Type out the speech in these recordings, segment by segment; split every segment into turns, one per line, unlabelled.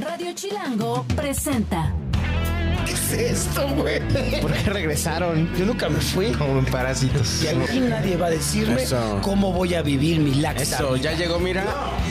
Radio Chilango presenta.
¿Qué es esto, güey?
¿Por qué regresaron?
Yo nunca me fui.
Como en parásitos.
Y aquí nadie va a decirme
Eso.
cómo voy a vivir mi laxa.
Eso, ya llegó, mira.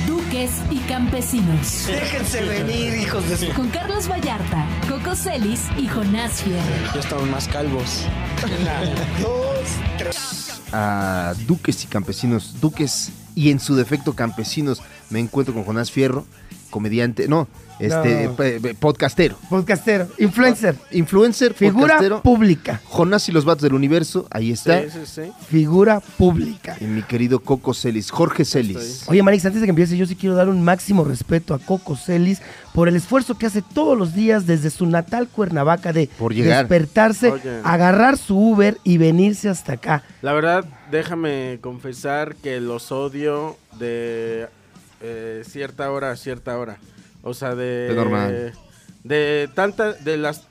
Duques y campesinos.
Déjense venir, hijos de su...
Con Carlos Vallarta, Coco Celis y Jonás Fierro.
Ya estaban más calvos.
Una, dos, tres.
a duques y campesinos, duques y en su defecto campesinos. Me encuentro con Jonás Fierro, comediante, no, este
No.
pe- pe- podcastero,
Podcastero, influencer,
influencer,
figura
podcastero.
pública,
Jonás y los vatos del universo, ahí está.
figura pública.
Y mi querido Coco Celis, Jorge Celis.
Oye, Marix, antes de que empiece, yo sí quiero dar un máximo respeto a Coco Celis por el esfuerzo que hace todos los días desde su natal Cuernavaca de
Por llegar.
despertarse,
Oye.
agarrar su Uber y venirse hasta acá.
La
Ah,
verdad, déjame confesar que los odio de eh, cierta hora a cierta hora. O sea, de.
De normal.
De tanta. De las.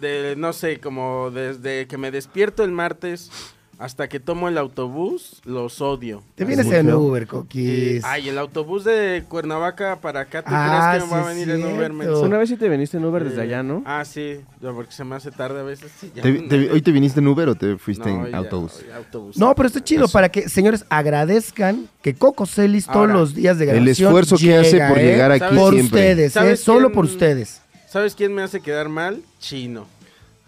De no sé, como desde que me despierto el martes hasta que tomo el autobús, los odio.
Te vienes en Uber, Coquis.
Ay, el autobús de Cuernavaca para acá, ¿tú
Ah,
crees que me va a
sí
venir
es
en Uber?
cierto.
menso?
Una vez sí te viniste en Uber desde
Eh,
allá, ¿no?
Ah, sí, yo porque se me hace tarde a veces. sí, ya
¿Te vi-
no-
te vi- ¿Hoy te viniste en Uber o te fuiste
no,
en
ya,
autobús?
autobús.
No, pero está chido
Pues
Eso.
para que, señores, agradezcan que Coco Celis todos
Ahora,
los días de
el
grabación ¿eh?
esfuerzo que hace por llegar aquí
Por
siempre.
ustedes, ¿eh?
¿Sabes
Solo
quién-
por ustedes.
¿Sabes quién me hace quedar mal? Chino.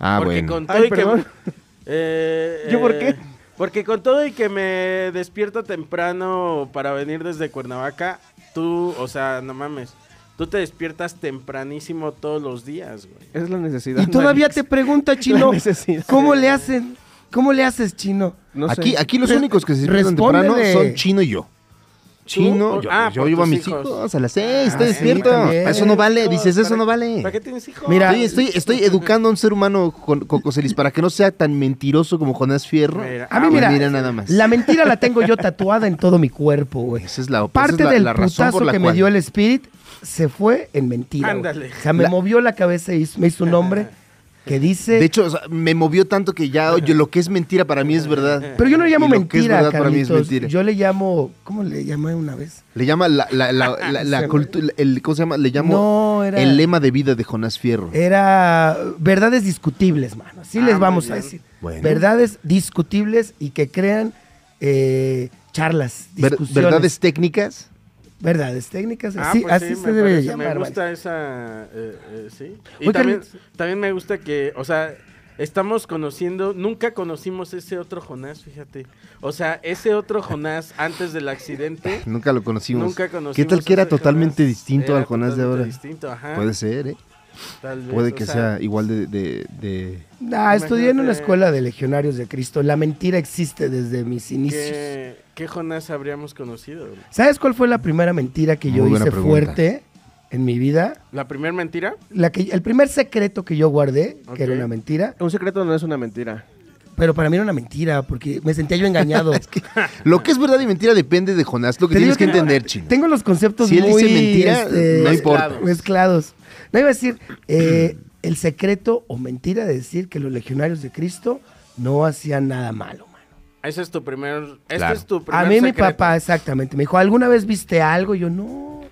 Ah,
porque
bueno.
con todo
Ay,
y que-
perdón.
Eh,
¿Yo por
eh,
qué?
Porque con todo y que me despierto temprano para venir desde Cuernavaca, tú, o sea, no mames, tú te despiertas tempranísimo todos los días, güey.
Esa es la necesidad.
Y todavía
Marix.
te pregunta, Chino,
La necesidad.
¿cómo le hacen? ¿Cómo le haces, Chino?
No sé.
aquí, aquí los
Re-
únicos que se despiertan temprano
respóndele.
son Chino y yo. Chino,
¿Tú?
yo,
Ah,
yo
por
llevo a
tus
mis hijos.
hijos.
a las seis,
Ah,
estoy
sí,
despierto.
también.
Eso no vale,
Hijos,
dices, eso
¿para-
no vale.
¿Para qué tienes hijos?
Mira,
Estoy, estoy, estoy educando a un ser humano con Coco Celis para que no sea tan mentiroso como Jonás Fierro.
Mira,
A mí,
Y
mira,
Ah, pues nada más.
La mentira la tengo yo tatuada en todo mi cuerpo, güey.
Esa es la esa
Parte
es la-
del
la razón
putazo
por la
que me
cual-
dio el Spirit se fue en mentira. güey.
Ándale.
O sea, me
La-
movió la cabeza y me hizo un hombre que dice...
De hecho, o sea, me movió tanto que ya oye, lo que es mentira para mí es verdad.
pero yo no le llamo
y lo que es
mentira,
verdad para mí es
Carlitos.
mentira.
Yo le llamo... ¿Cómo le llamé una vez?
Le llama la, la, la, la- la
Se me-
cultu- el, ¿cómo se llama? Le llamo
No, era-
el lema de vida de Jonás Fierro.
Era verdades discutibles, mano. Así
Ah,
les
muy
vamos a
bien.
decir.
Bueno.
Verdades discutibles y que crean eh, charlas,
Ver-
discusiones.
verdades técnicas.
Verdades técnicas.
Ah,
así
pues
así
sí,
se
me
debe de
parece,
llamar.
Me
vaya.
gusta esa. eh, eh, sí. Y
Oye,
también,
Carlitos.
también me gusta que, o sea, estamos conociendo, nunca conocimos ese otro Jonás, fíjate. O sea, ese otro Jonás antes del accidente.
Nunca lo conocimos.
Nunca conocimos.
¿Qué tal que
a
era
ese
totalmente
Jonás?
distinto
Era
al Jonás de
totalmente
ahora?
Distinto, ajá.
Puede ser, ¿eh?
Tal vez,
Puede
o
que sea igual de... de- de-
Nah, Ah, estudié en una
Imagínate.
escuela de legionarios de Cristo. La mentira existe desde mis inicios.
¿Qué, qué Jonás habríamos conocido?
¿Sabes cuál fue la primera mentira que yo
Muy buena
hice
pregunta.
fuerte en mi vida?
¿La primera mentira?
La que, el primer secreto que yo guardé, que era
Ok.
una mentira,
Un secreto no es una mentira.
pero para mí era una mentira porque me sentía yo engañado.
Lo que es verdad y mentira depende de Jonás. Lo que
Te digo
tienes que entender, chino.
Tengo los conceptos
Si él
muy, este,
dice mentira, no
importa.
Mezclados. No iba a decir eh, el secreto o mentira de decir que los legionarios de Cristo no hacían nada malo, mano.
Ese es tu primer.
Claro.
Este es tu primer
A mí mi
secreto.
papá, exactamente, me dijo, ¿alguna vez viste algo? Y yo, no,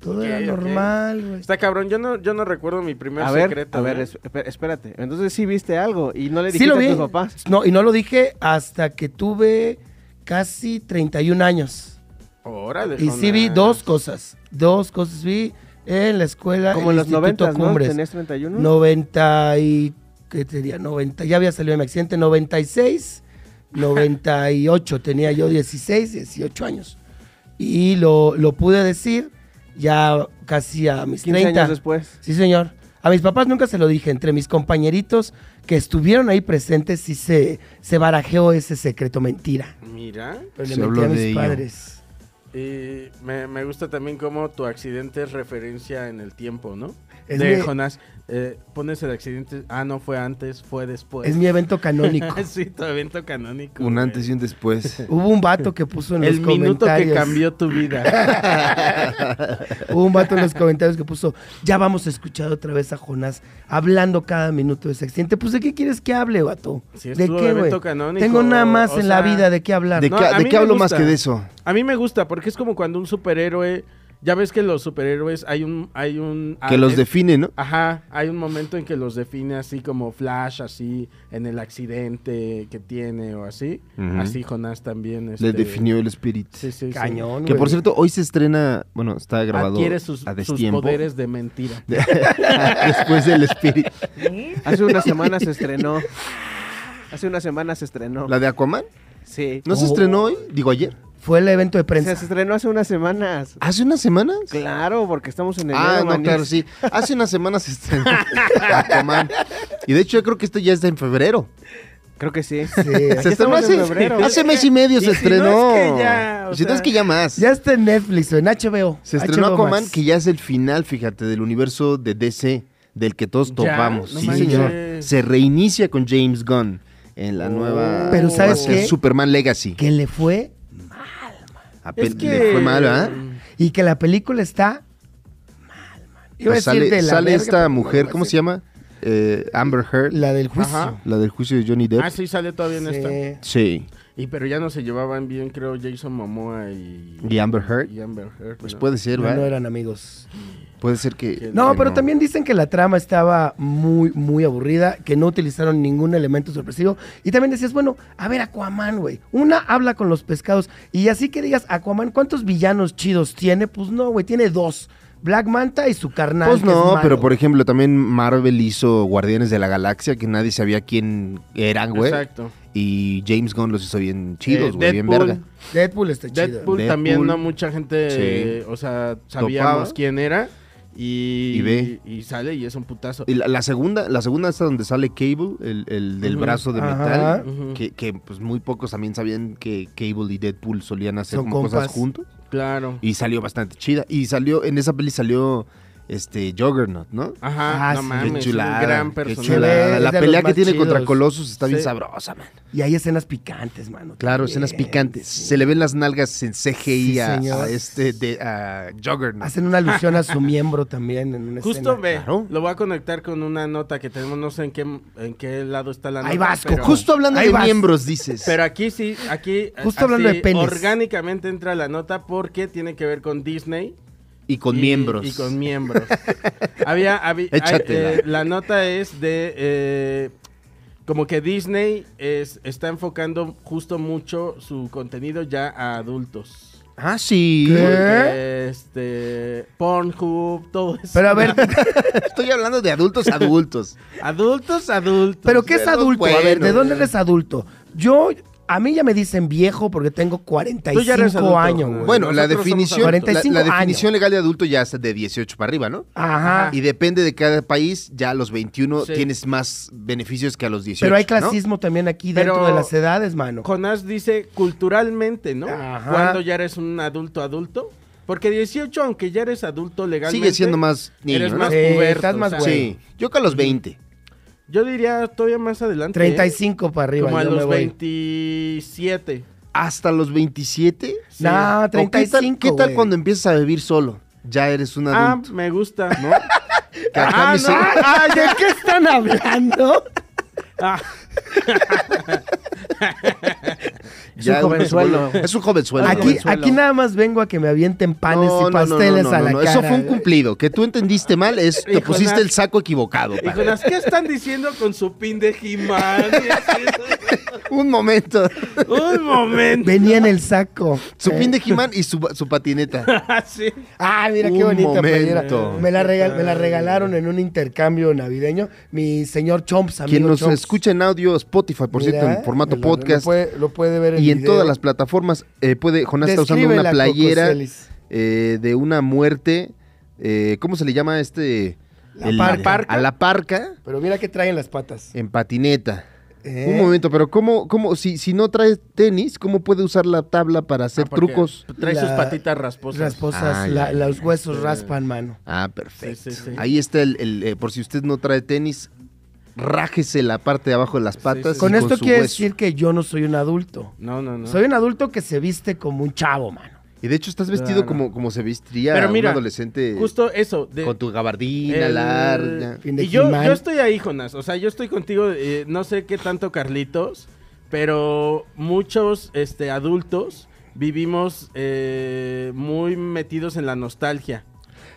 todo
Ok,
era
ok.
normal, güey.
Está cabrón, yo no, yo no recuerdo mi primer
A ver,
secreto.
a ver,
¿eh?
esp- espérate. Entonces sí viste algo y no le
Sí
dijiste
lo vi.
a tus papás.
No, y no lo dije hasta que tuve casi 31 años.
Órale,
Y sí vi
Jonás.
dos cosas, dos cosas vi en la escuela.
Como en
el
los
Instituto
90, ¿no?
Cumbres.
¿Tenías 31?
90 y... ¿Qué tenía? 90, ya había salido de mi accidente, 96, 98, tenía yo 16, 18 años. Y lo, lo pude decir ya casi a mis
15
30.
años después.
Sí, señor. A mis papás nunca se lo dije, entre mis compañeritos que estuvieron ahí presentes sí se, se barajeó ese secreto mentira.
Mira.
Pero le
Se
mentí
habló
a mis
de ello.
padres.
Y me, me gusta también cómo tu accidente es referencia en el tiempo, ¿no?
Es
de
mi-
Jonás. eh, pones el accidente. Ah, no fue antes, fue después.
Es mi evento canónico.
sí, tu evento canónico.
Un
güey.
antes y un después.
Hubo un vato que puso en
El
los
minuto
comentarios.
que cambió tu vida.
Hubo un vato en los comentarios que puso, ya vamos a escuchar otra vez a Jonás hablando cada minuto de ese accidente. Pues, ¿de qué quieres que hable, vato?
Sí, es
¿De
tu
qué,
evento
güey?
canónico,
Tengo nada más
o
en
sea,
la vida de qué hablar.
¿De
No,
qué,
a
de
mí
qué
me
hablo más
gusta.
que de eso?
A mí me gusta porque es como cuando un superhéroe Ya ves que los superhéroes hay un... Hay un
Que los
define
define, ¿no?
Ajá, hay un momento en que los define así como Flash, así en el accidente que tiene o así.
Ujú.
Así Jonás también.
Le
este,
definió el espíritu.
Sí, sí, sí.
Cañón,
Que por
güey.
cierto, hoy se estrena, bueno, está grabado
Adquiere sus,
a
sus
destiempo.
poderes de mentira.
Después del espíritu.
Hace una semana se estrenó. Hace una semana se estrenó.
¿La de Aquaman?
Sí.
¿No se
Oh.
estrenó hoy? Digo, ayer.
Fue el evento de
O sea,
prensa.
se estrenó hace unas semanas.
¿Hace unas semanas?
Claro, porque estamos en enero.
Ah, no,
manís.
claro, sí. Hace unas semanas se estrenó Aquaman. Y de hecho, yo creo que esto ya está en febrero.
Creo que sí.
Sí.
Se estrenó
estamos en
hace,
febrero.
hace mes y medio se
Y si no es
estrenó.
que ya, o
Si no es
sea,
que ya más.
Ya está en Netflix o en HBO.
se estrenó
HBO
Aquaman,
Max.
que ya es el final, fíjate, del universo de DC, del que todos
Ya,
topamos.
no
sí,
manches.
señor. Se reinicia con James Gunn en la nueva.
Oh. Pero
va
¿sabes
a ser
qué?
Superman Legacy.
Que le fue
Apenas le fue mal, ¿ah?
Mm.
y que la película está mal, man. Iba a
Pues
decir
sale
de la
sale
verga,
esta
pero no
mujer,
lo voy a
¿cómo se
decir.
llama? Eh, Amber Heard. La,
La del juicio.
Ajá.
del juicio de Johnny Depp.
Ah, sí, sale todavía en esta.
Sí.
Sí.
Y pero ya no se llevaban bien, creo, Jason Momoa y...
¿Y Amber Heard?
y Amber Heard,
Pues
¿no?
puede ser,
No,
¿va?
no eran amigos.
Puede ser que.
Que
No,
que
pero también dicen que la trama estaba muy, muy aburrida, que no utilizaron ningún elemento sorpresivo. Y también decías, bueno, a ver, Aquaman, güey. Una habla con los pescados. Y así que digas, Aquaman, ¿cuántos villanos chidos tiene? Pues no, güey, tiene dos. Black Manta y su carnal.
Pues
que es
no,
malo.
pero por ejemplo, también Marvel hizo Guardianes de la Galaxia, que nadie sabía quién eran, güey.
Exacto.
Y James Gunn los hizo bien chidos,
Eh,
güey, bien
Deadpool.
verga.
Deadpool está chido.
Deadpool,
Deadpool.
también no mucha gente,
Sí.
eh, o sea, sabíamos
Topaba.
quién era y,
Y ve.
y sale y es un putazo.
Y la, la segunda, la segunda está donde sale Cable, el, el del
Ujú.
brazo de
Ajá.
metal,
Ujú.
que, que, pues muy pocos también sabían que Cable y Deadpool solían hacer
Son
como cosas
compas.
juntos.
Claro.
Y salió bastante chida. Y salió, en esa peli salió este Juggernaut, ¿no?
Ajá,
Ah,
no
sí.
mames,
qué
es
chulada,
un gran
qué
personaje.
chulada.
Es
La
de los
pelea que
más
tiene contra
chidos.
Colossus está bien
Sí.
sabrosa, man.
Y hay escenas picantes, mano.
Claro,
también.
escenas picantes. Se le ven las nalgas en CGI
Sí,
a,
señor.
a este de, a Juggernaut.
Hacen una alusión a su miembro también en una
Justo
escena.
ve,
claro.
lo voy a conectar con una nota que tenemos, no sé en qué, en qué lado está la nota.
Ahí vas,
pero,
Justo hablando
Ahí
de
vas.
miembros, dices.
Pero aquí sí, aquí
Justo hablando de penes.
orgánicamente entra la nota porque tiene que ver con Disney.
y con
y-
miembros.
Y con miembros. Había, habí- hay,
Échatela.
eh, la nota es de eh, como que Disney es, está enfocando justo mucho su contenido ya a adultos.
Ah, sí.
Porque, Este, Pornhub, todo eso.
Pero a ver,
Estoy hablando de adultos adultos.
Adultos, adultos.
¿pero qué es
Pero
adulto? A ver, ¿de
bueno,
dónde
güey.
eres adulto? Yo, a mí ya me dicen viejo porque tengo 45
Tú ya eres adulto,
años,
¿no?
güey.
Bueno, la
Nosotros
definición,
somos
la,
adultos.
la
45
definición
años.
legal de adulto ya es de 18 para arriba, ¿no?
Ajá.
Y depende de cada país, ya a los 21
Sí.
tienes más beneficios que a los 18.
Pero hay
¿no?
clasismo también aquí dentro
Pero-
de las edades, mano.
Jonás dice culturalmente, ¿no?
Ajá.
Cuando ya eres un adulto adulto. Porque 18, aunque ya eres adulto legalmente.
Sigue siendo más niño,
Eres
¿no?
más
Sí,
puberto,
estás más
o sea,
güey.
Sí, yo que a los 20.
Yo diría todavía más adelante. ¿eh?
35 para arriba,
Como a
yo me
los
voy.
27.
¿Hasta los 27?
sí.
No,
¿O qué tal,
35,
qué tal
güey.
cuando empiezas a vivir solo? Ya eres un
Ah,
adulto.
me gusta. ¿No?
Que acá
ah,
mis-
no.
Ah, ¿de qué están hablando?
Ah,
ya
un jovenzuelo.
Es un jovenzuelo.
Aquí, aquí nada más vengo a que me avienten panes y pasteles a la cara.
Eso fue un
güey.
cumplido. Que tú entendiste mal es te
Híjole.
pusiste el saco equivocado.
y
padre.
Jonás, ¿qué están diciendo con su pin de He-Man?
Un momento.
Un momento.
Venía en el saco.
Su pin de He-Man y su, su patineta.
Sí.
Ah, mira
Un
qué bonita playera.
momento.
Me la, regal- me la regalaron en un intercambio navideño. Mi señor Chomps, amigo
Quien nos
Chomps.
escucha en audio, Spotify, por
Mira,
cierto, en formato
me lo-
podcast.
Lo puede, lo puede ver en
y en
video.
todas las plataformas eh, puede Jonás está usando
Descríbela,
una playera
Cocoselis.
eh, de una muerte eh, ¿cómo se le llama a este
La parca.
a la parca
Pero mira qué traen las patas.
en patineta
¿Eh?
un momento pero cómo cómo si si no trae tenis cómo puede usar la tabla para hacer
Ah, porque
trucos
Trae sus
La-
patitas rasposas.
Rasposas,
Ah,
la-
ya, ya,
los huesos raspan, mano.
ah perfecto
Sí, sí, sí.
ahí está el, el, eh, por si usted no trae tenis rájese la parte de abajo de las patas
sí,
y
Con esto
su
quiere
hueso.
decir que yo no soy un adulto.
No, no, no.
Soy un adulto que se viste como un chavo, mano.
y de hecho estás vestido
Claro.
como como se vestiría
Pero mira,
un adolescente
Justo eso. de-
con tu gabardina
el-
larga
Fin de
Y yo,
He-Man.
yo estoy ahí, Jonas. O sea, yo estoy contigo. eh, no sé qué tanto Carlitos, pero muchos este, adultos vivimos eh, muy metidos en la nostalgia.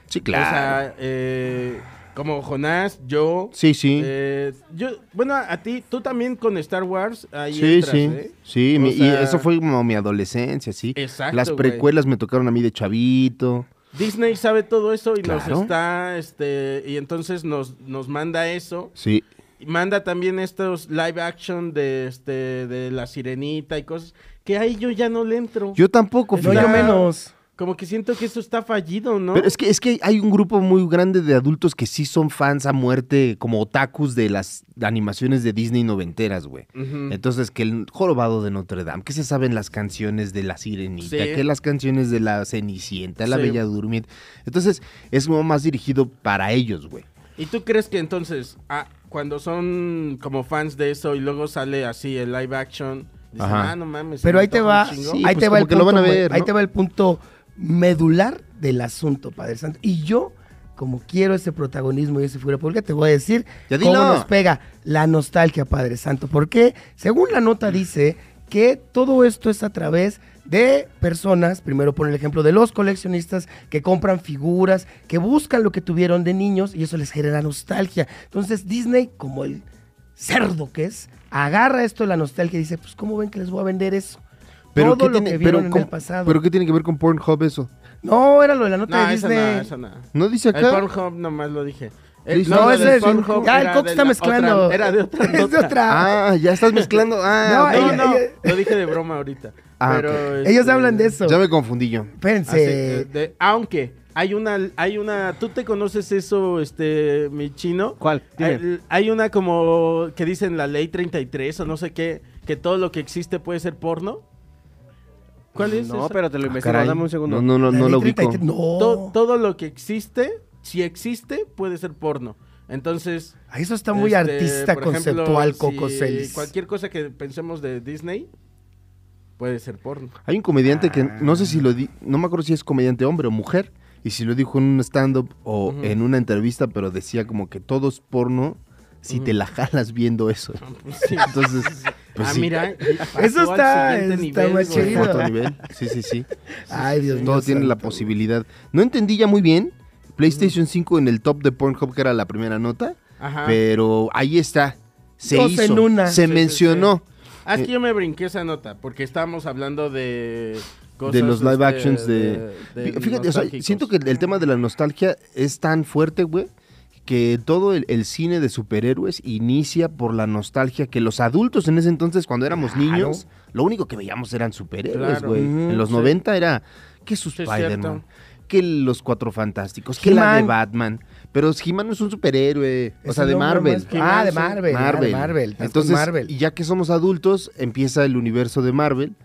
Sí,
O sea, eh, como Jonás, yo.
sí, sí.
eh, yo, bueno, a ti, tú también con Star Wars. Ahí
sí,
entras,
sí.
¿eh?
Sí,
O
mi-
sea,
y eso fue como mi adolescencia, sí.
Exacto,
Las
güey.
precuelas me tocaron a mí de chavito.
Disney sabe todo eso y
Claro.
nos está, este, y entonces nos, nos manda eso.
Sí.
Y manda también estos live action de, este, de la sirenita y cosas. Que ahí yo ya no le entro.
Yo tampoco,
No,
fíjate.
yo menos.
Como que siento que eso está fallido, ¿no?
Pero es que, es que hay un grupo muy grande de adultos que sí son fans a muerte, como otakus de las animaciones de Disney noventeras, güey.
Ujú.
Entonces, que el jorobado de Notre Dame, que se saben las canciones de la sirenita,
Sí.
que las canciones de la Cenicienta, la
Sí.
Bella Durmiente. Entonces, es como más dirigido para ellos, güey.
¿Y tú crees que entonces, ah, cuando son como fans de eso y luego sale así el live action, dicen,
Ajá.
ah, no mames. se
Pero
me
ahí te
antoja
va,
un chingo"?
Sí,
ahí
pues
te va el
como que lo
punto,
van a
güey,
ver,
ahí
¿no?
te va el punto medular del asunto, Padre Santo. Y yo, como quiero ese protagonismo y esa figura pública, te voy a decir
Ya
cómo
dilo.
nos pega la nostalgia, Padre Santo. Porque, según la nota
Mm.
dice que todo esto es a través de personas, primero pone el ejemplo de los coleccionistas que compran figuras, que buscan lo que tuvieron de niños y eso les genera nostalgia. Entonces Disney, como el cerdo que es, agarra esto de la nostalgia y dice, pues ¿cómo ven que les voy a vender eso? Todo
¿qué
lo
tiene-
que vieron en
cómo-
el pasado.
pero ¿qué tiene que ver con Pornhub eso?
No, era lo de la nota
No,
de
eso
Disney.
no, eso no.
¿No dice
El
acá?
Pornhub nomás lo dije.
Listo.
No,
lo
ese
del
es el-
Pornhub
ya, Ah, el
era
Cox
de
está
la
mezclando.
otra- era de otra.
Es de
nota.
otra.
Ah, ya estás mezclando. Ah,
No,
ok.
No,
ella-
no,
ella-
lo dije de broma ahorita.
Ah,
pero, este,
Ellos hablan de eso.
ya me confundí yo.
así,
Espérense.
eh, de- aunque hay una, hay una, tú te conoces eso, este, mi chino.
¿Cuál? Dime.
Ah,
Hay, hay una como que dicen la ley 33 o no sé qué, que todo lo que existe puede ser porno. ¿Cuál es?
No,
esa?
pero te lo investigo,
Caray.
dame un segundo.
No, no, no,
La
no
ley
lo ubico.
33, No.
To- todo lo que existe, si existe, puede ser porno. Entonces,
Ah, Eso está muy
Este,
artista
por ejemplo,
conceptual,
si
Coco Celis.
Cualquier cosa que pensemos de Disney puede ser porno.
Hay un comediante que
Ah.
no sé si lo di, no me acuerdo si es comediante hombre o mujer, y si lo dijo en un stand-up o
Ujú.
en una entrevista, pero decía como que todo es porno si te la jalas viendo eso.
Ah, Sí.
Entonces, pues
ah,
sí.
mira,
Eso
pasó al
está-
siguiente
está
nivel,
más
güey.
chido.
Otro nivel. Sí, sí, sí.
Ay, Dios mío.
Todo tiene la
santo.
posibilidad. No entendí ya muy bien PlayStation 5 en el top de Pornhub, que era la primera nota,
Ajá.
pero ahí está. Se
Dos
hizo,
en una.
se
Sí, sí,
mencionó.
Ah,
eh,
es que yo me brinqué esa nota porque estábamos hablando de cosas
de los live
este,
actions de,
de
Fí- fíjate o sea,
nostálgicos.
siento que el, el tema de la nostalgia es tan fuerte güey que todo el, el cine de superhéroes inicia por la nostalgia que los adultos en ese entonces cuando éramos niños lo único que veíamos eran superhéroes
Claro.
güey
Ujú,
en los
sí.
90 era que su
Sí, es
Spider-Man
cierto.
que los cuatro fantásticos que la de
He-Man.
Batman pero He-Man no es un superhéroe o
Es
sea
el
de
hombre
Marvel
más- Ah, de Marvel. Marvel.
Marvel.
Marvel. estás con
Entonces,
Marvel.
y ya que somos adultos, empieza el universo de Marvel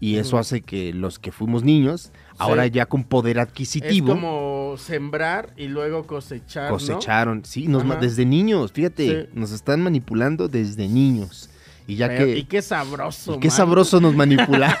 y eso hace que los que fuimos niños, ahora ya con poder
es
adquisitivo,
como sembrar y luego cosechar. ¿no?
cosecharon. Sí, nos ma-
Ajá.
desde niños, fíjate,
Sí.
nos están manipulando desde niños. Y ya
Pero-
que...
Y qué sabroso.
y qué
man.
sabroso nos manipula.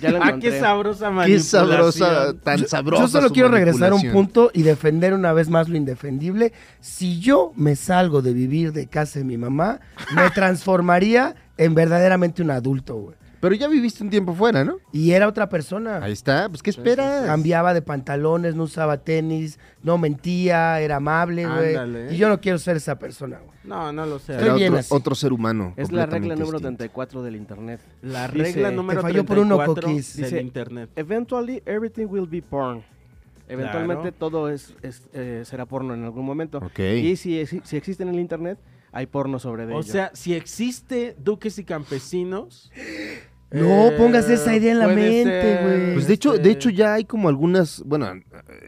Ya lo
Ah, qué
encontré.
sabrosa
qué
manipulación.
sabrosa, tan sabrosa.
Yo solo
su
quiero regresar a un
manipulación.
punto y defender una vez más lo indefendible. Si yo me salgo de vivir de casa de mi mamá, me transformaría en verdaderamente un adulto, güey.
Pero ya viviste un tiempo fuera, ¿no?
Y era otra persona.
Ahí está, pues ¿qué esperas?
Cambiaba de pantalones, no usaba tenis, no mentía, era amable,
Ándale.
güey. Y yo no quiero ser esa persona, güey.
No, no lo sé.
Era
Estoy bien
otro,
así.
otro ser humano.
Es la regla
completamente
número
distinto.
34 del internet.
La regla
Dice,
número
te falló por uno,
34
Coquis.
del
Dice-
internet.
Eventually everything will be porn. Eventualmente
Claro.
todo es, es, eh, será porno en algún momento.
Ok.
Y si, es- si existe en el internet, hay porno sobre de
O
ello.
sea, si existe duques y campesinos. eh,
No, pongas esa idea en la
puede
mente,
ser,
güey.
Pues de hecho,
este,
de hecho ya hay como algunas, bueno,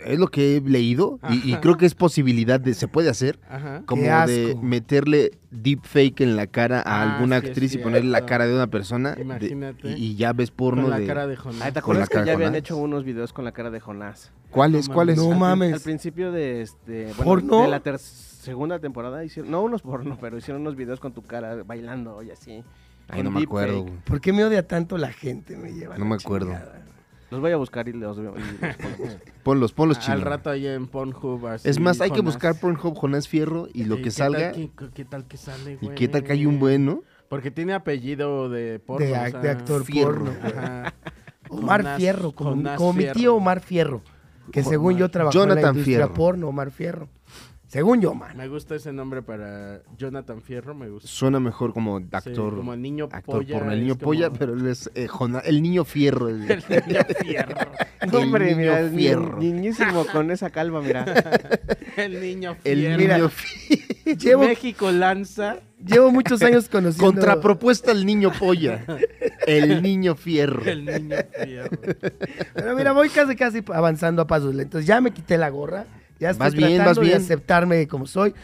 es lo que he leído y, y
Ajá.
creo que es posibilidad de, se puede hacer,
Ajá.
como
Qué asco.
de meterle deepfake en la cara a
Ah,
alguna
sí, es
actriz y ponerle la
cierto.
cara de una persona de-
Imagínate.
y, y ya ves porno
Con la
de,
cara de
Ah,
Jonás.
¿Te
con la
acuerdas que
cara
ya habían
Jonás.
hecho unos videos con la cara de Jonás?
¿Cuál es? ¿Cuál es?
No
Al prin-
Pues,
mames.
Al principio de este, bueno,
¿Porno?
de la ter- segunda temporada hicieron, no unos porno, pero hicieron unos videos con tu cara bailando y así.
Ay,
con
no me
deepfake.
acuerdo. güey.
¿Por qué me odia tanto la gente? Me lleva
No
la
me acuerdo.
chingada.
Los voy a buscar y los, y los pongo.
Ponlos, ponlos
Al
chinos.
rato ahí en Pornhub. así,
Es más, hay que
Jonás.
buscar Pornhub Jonás Fierro y lo
¿Y
que
qué
salga.
Tal, que- ¿Qué tal que sale,
¿Y
güey?
qué tal que hay un bueno?
Porque tiene apellido de porno.
De,
o
ac-
sea,
de actor
Fierro.
porno. güey.
Ajá.
Omar
Jonás-
Fierro, como, mi-
Jonás
como mi
Fierro.
tío Omar Fierro, que
Jonás.
según yo trabajó en la
Jonathan
industria
Fierro.
porno, Omar Fierro. Según yo, man.
Me gusta ese nombre para Jonathan Fierro, me gusta.
Suena mejor como actor.
Sí, como el niño
actor
polla,
porno, el niño
es como-
polla, pero él es eh, Jona- el niño fierro. el-
El niño Fierro.
El
Hombre,
niño
mira, es ni-
fierro.
niñísimo con esa calva, mira.
El niño
el
Fierro.
niño fierro.
Llevo,
México lanza.
llevo muchos años conociendo.
Contrapropuesta al niño polla. El niño fierro.
El niño Fierro.
Pero mira, voy casi casi avanzando a pasos lentos. Ya me quité la gorra. Ya estoy
Vas bien,
tratando
vas
de
bien.
aceptarme como soy.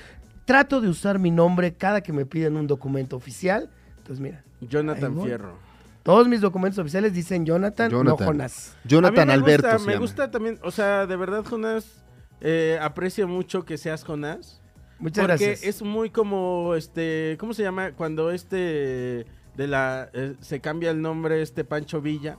Trato de usar mi nombre cada que me piden un documento oficial. Entonces, mira, Ahí
Jonathan
voy.
Fierro.
todos mis documentos oficiales dicen Jonathan, no Jonas.
Jonathan
A mí me
Alberto.
gusta,
se
me
llama.
gusta también, o sea, de verdad, Jonás, eh, aprecio mucho que seas Jonás.
Muchas
porque
gracias.
es muy como, este, ¿cómo se llama? Cuando este, de la, eh, se cambia el nombre, este Pancho Villa.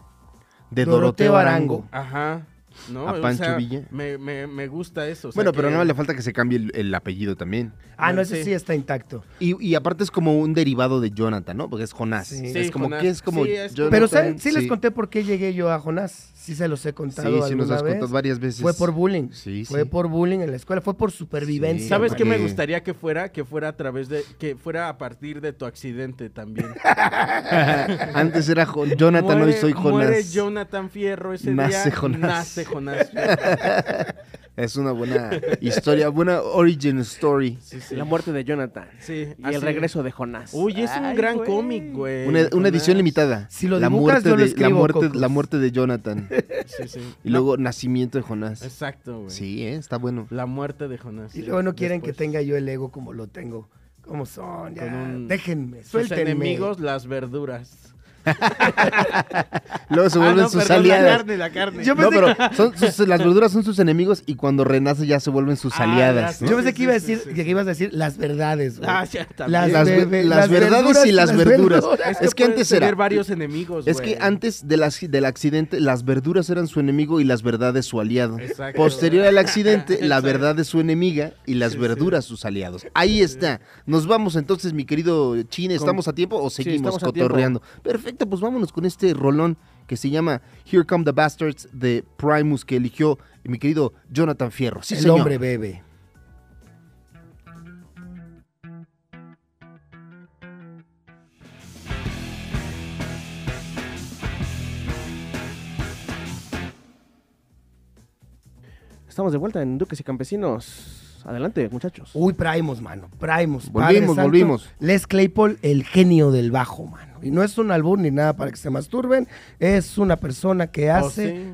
De
Doroteo
Doroteo Arango.
Arango.
Ajá. ¿no?
¿A
O
Pancho
sea,
Villa?
Me, me- me gusta eso. o sea
Bueno, pero
que-
nada más le falta que se cambie el, el apellido también.
Ah, no,
bueno,
ese
sí.
sí está intacto.
Y, y aparte es como un derivado de Jonathan, ¿no? Porque es Jonás.
Sí.
Sí,
es como
Jonás.
que es como.
Sí, es
Jonathan,
Pero ¿saben? sí les
sí.
conté por qué llegué yo a Jonás. Sí se los he
Sí,
contado.
sí, nos
alguna
has
vez.
contado varias veces.
Fue por bullying.
Sí,
Fue
sí.
por bullying en la escuela. Fue por supervivencia.
¿Sabes
man.
qué me
Porque-
gustaría que fuera? Que fuera a través de, que fuera a partir de tu accidente también.
Antes era Jo- Jonathan, hoy
Muere-
soy
Muere
Jonás.
Jonathan Fierro ese
Nace
día.
Jonás.
Nace Jonás.
Es una buena historia, buena origin story.
Sí, sí.
La muerte de Jonathan.
Sí,
Y
así.
el regreso de Jonás.
Uy, es un
Ay,
gran
güey.
cómic, güey.
Una, una edición
Jonás.
limitada.
Eh, Si lo
la
dibujas,
muerte
yo lo
de, la
escribo,
muerte,
Cocos.
la muerte de Jonathan.
Sí, sí.
Y luego nacimiento de Jonás.
Exacto, güey.
Sí, ¿eh? está bueno.
La muerte de Jonás.
Y luego no quieren que
Después.
tenga yo el ego como lo tengo. ¿Cómo son? Ya,
Con un-
Déjenme,
Sus
suéltenme.
enemigos, las verduras.
Luego se
Ah,
vuelven
no,
sus
perdón, la
aliadas.
carne, la carne.
Yo
No,
pensé
pero son sus- las verduras son sus enemigos y cuando renace ya se vuelven sus
Ah,
aliadas.
gracias.
¿no?
Yo pensé
Sí,
que iba a
sí,
decir,
sí, sí.
que ibas a decir las verdades. güey.
Ah, ya, también.
las,
Las
ve-
ve-
ve-
las verdades y las verduras. Es que
puedes
antes era-
tener varios enemigos,
Es que
Pues, güey.
antes del ac- del accidente, las verduras eran su enemigo y las verdades su aliado.
Exacto.
Posterior al accidente, la
Exacto.
verdad es su enemiga y las
Sí, sí.
verduras sus aliados. Ahí está. Nos vamos entonces, mi querido Chine. ¿Estamos a tiempo o seguimos
estamos a tiempo.
cotorreando? Perfecto, pues vámonos con este rolón que se llama Here Come the Bastards de Primus que eligió mi querido Jonathan Fierro. Sí,
el
señor.
hombre bebe.
Estamos de vuelta en Duques y Campesinos. Adelante, muchachos.
Uy, Primus, mano. Primus.
Volvimos,
Padre Santo.
volvimos.
Les Claypool, el genio del bajo, mano. Y no es un albur ni nada para que se masturben. Es una persona que
Oh,
hace
sí,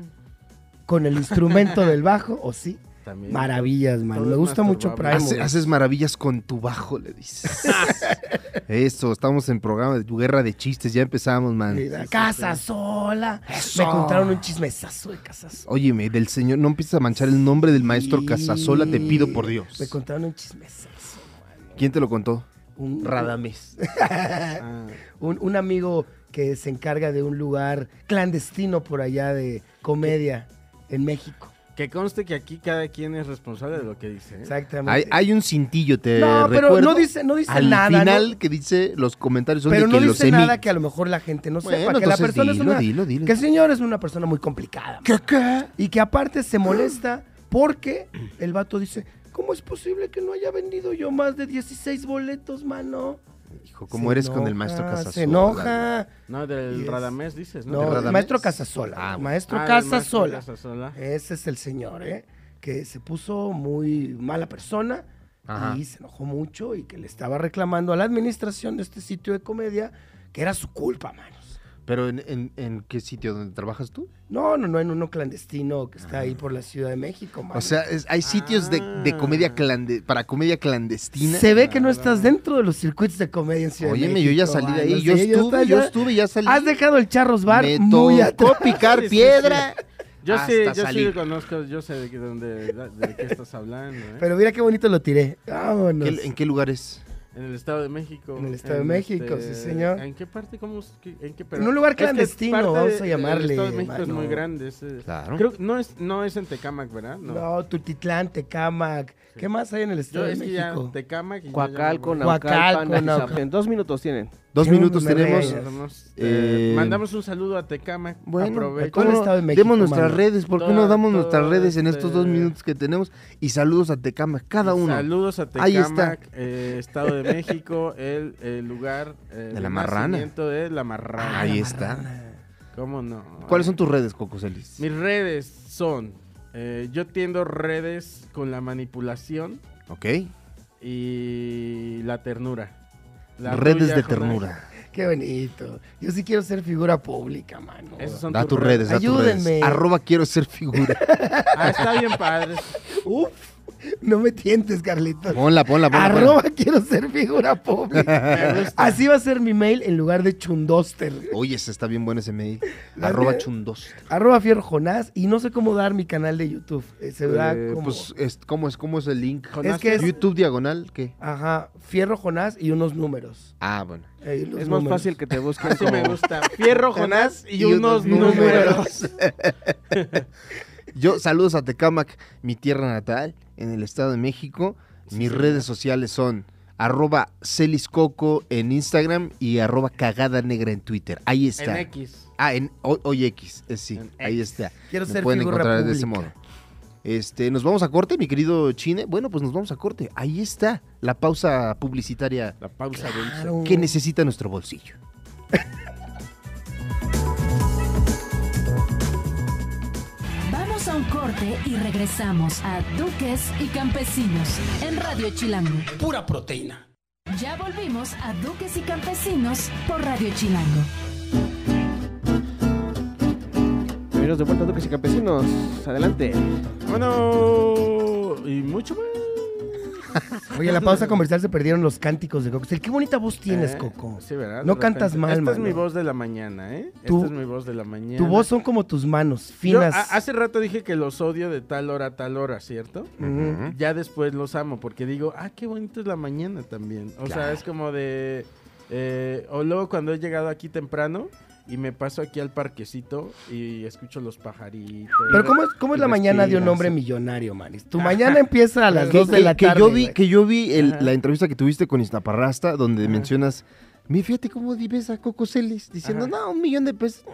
con el instrumento del bajo, o sí,
también.
maravillas, mano.
Todo
Me
es
gusta mucho
masturbable.
Primus.
Hace- haces maravillas con tu bajo, le dices. Eso, estamos en programa de tu guerra de chistes. Ya empezamos, man.
Mira, casa sola.
Eso.
Me contaron un chismesazo de casa sola.
Óyeme, del señor, no empieces a manchar el nombre del maestro Casasola, te pido por
Me
Dios.
contaron un chismesazo. mano.
¿Quién te lo contó?
Un,
Radames.
Ah,
un, un amigo que se encarga de un lugar clandestino por allá de comedia en México.
que conste que aquí cada quien es responsable de lo que dice. ¿eh?
Exactamente.
Hay, hay un cintillo, te
no, pero
recuerdo,
no dice, no dice
al
nada. ¿no?
final que dice los comentarios son
Pero
de
no
que
dice
los
nada
emi-
que a lo mejor la gente no
Bueno,
sepa. Que la
entonces
persona es
dilo,
una.
dilo, dilo.
Que el señor es una persona muy complicada. man. Y que aparte se molesta porque el vato dice: ¿Cómo es posible que no haya vendido yo más de 16 boletos, mano?
Hijo, ¿cómo
Se
eres con el maestro
enoja,
Casasola?
Se enoja.
No, del
Yes.
Radamés dices, ¿no?
No,
¿De
el
Radames?
maestro Casasola.
Ah,
el
bueno.
maestro Eh,
Ah, del maestro
Casasola.
Casasola.
Ese es el señor, ¿eh? Que se puso muy mala persona
Ajá.
y se enojó mucho y que le estaba reclamando a la administración de este sitio de comedia que era su culpa, manos.
Pero en, en- en qué sitio donde trabajas tú?
No, no, no, en uno clandestino que está ahí por la Ciudad de México, manos.
O sea, es- hay sitios de, de comedia clande- para comedia clandestina.
Ah. se ve que
Ah,
no estás dentro de los circuitos de comedia en Ciudad de
Óyeme,
México.
yo ya salí de
mano,
ahí.
sí,
Yo
ya
estuve,
está,
yo
ya-
estuve, ya salí.
Has dejado el Charros Bar
Me
muy atrás.
tocó picar
Sí, sí, sí.
piedra.
Yo sí,
Hasta
yo sí
salir.
lo conozco, yo sé de, qué- dónde- de qué estás hablando, ¿eh?
Pero mira qué bonito lo tiré. Vámonos.
¿Qué- ¿En qué lugar es?
En el Estado de México. este,
En el Estado de México, sí, señor.
¿En qué parte? ¿Cómo? es que- ¿En qué
En un lugar
es que es
clandestino,
parte
vamos a
de- del
llamarle,
Estado de México es
mano.
muy grande. es, eh,
Claro.
Creo que no es, no es en Tecámac, ¿verdad? No.
No, Tultitlán, Tecámac. ¿Qué más hay en el
Yo
Estado de
es que ya
México?
Tecámac y yo ya me
Cuacalco,
voy.
Cuacalco,
Naucalpan,
Nau-
Atizapán. Dos minutos tienen.
Dos
Yo
minutos
me
tenemos.
regañas.
Vamos, eh,
Eh,
mandamos un saludo a Tecama.
Bueno,
Aprovecha.
¿cómo
¿cómo no?
estaba en México,
demos nuestras
mano?
redes, ¿por qué no
Todo-
damos nuestras
todo
redes en
este-
estos dos minutos que tenemos? Y saludos a Tecama, cada uno.
Saludos a Tecama,
Ahí está.
Estado de México, el, el lugar eh,
la
de
marrana.
nacimiento de la marrana.
Ahí
Ah.
está.
¿Cómo no?
¿Cuáles son tus redes, Cocoselis?
Mis redes son, eh, yo tiendo redes con la manipulación
Ok.
y la ternura. La
redes
tuya,
de
Jonás.
ternura.
Qué bonito. Yo sí quiero ser figura pública, mano.
Esas son
Da tus redes, da tus redes.
Ayúdenme.
Arroba quiero ser figura.
Ah, está bien padre.
Uf, no me tientes, Carlitos.
Ponla, ponla, ponla. ponla.
Arroba quiero ser figura
Me
pública.
gusta.
Así va a ser mi mail en lugar de chundoster.
Oye, ese está bien bueno ese mail.
Dale.
Arroba chundos.
Arroba Fierro Jonás y no sé cómo dar mi canal de YouTube. Eh, Se da
Eh,
como...
pues, es, ¿cómo, es, ¿cómo es el link?
es que es...
YouTube diagonal, ¿qué?
Ajá, Fierro Jonás y unos números.
Ah, bueno.
Eh, los
Es más
números.
fácil que te busquen
Así me
como...
gusta. Fierro, Jonás y, unos números.
Yo saludos a Tecamac, mi tierra natal, en el Estado de México. Mis redes sociales son arroba celiscoco en Instagram y arroba cagada negra en Twitter. Ahí está.
En X.
Ah, en hoy, hoy X, eh, sí,
En
ahí
X.
está.
Quiero
Me
ser
pueden
figura
encontrar de ese
pública.
modo. Este, nos vamos a corte, mi querido Chine. Bueno, pues nos vamos a corte. Ahí está la pausa publicitaria
La pausa dulce.
Claro.
que necesita nuestro bolsillo.
Vamos a un corte y regresamos a Duques y Campesinos en Radio Chilango.
Pura proteína.
Ya volvimos a Duques y Campesinos por Radio Chilango.
Bienvenidos de vuelta a Duques y Campesinos. Adelante.
Bueno, y mucho más.
Oye, en la pausa comercial se perdieron los cánticos de Coco. Qué bonita voz tienes,
Eh,
Coco.
Sí, ¿verdad?
No
De
cantas mal,
Esta es
mano.
mi voz de la mañana, ¿eh?
Tu-
Esta es mi voz de la mañana.
Tu voz son como tus manos,
Yo, ah,
finas.
a- hace rato dije que los odio de tal hora a tal hora, ¿cierto?
Ujú.
Ya después los amo porque digo, ah, qué bonito es la mañana también. O sea, es como de... eh, o luego cuando he llegado aquí temprano y me paso aquí al parquecito y escucho los pajaritos.
Pero ¿cómo es, cómo es la
Y
mañana de un
respiras.
hombre millonario, Manis? Tu mañana empieza a las
que,
2 de
que-
la
que
tarde.
yo vi,
güey.
que yo vi el-
Ajá.
la entrevista que tuviste con Iztaparrasta, donde mencionas, mi fíjate cómo ves a Coco Celis diciendo,
Ajá.
no, un millón de pesos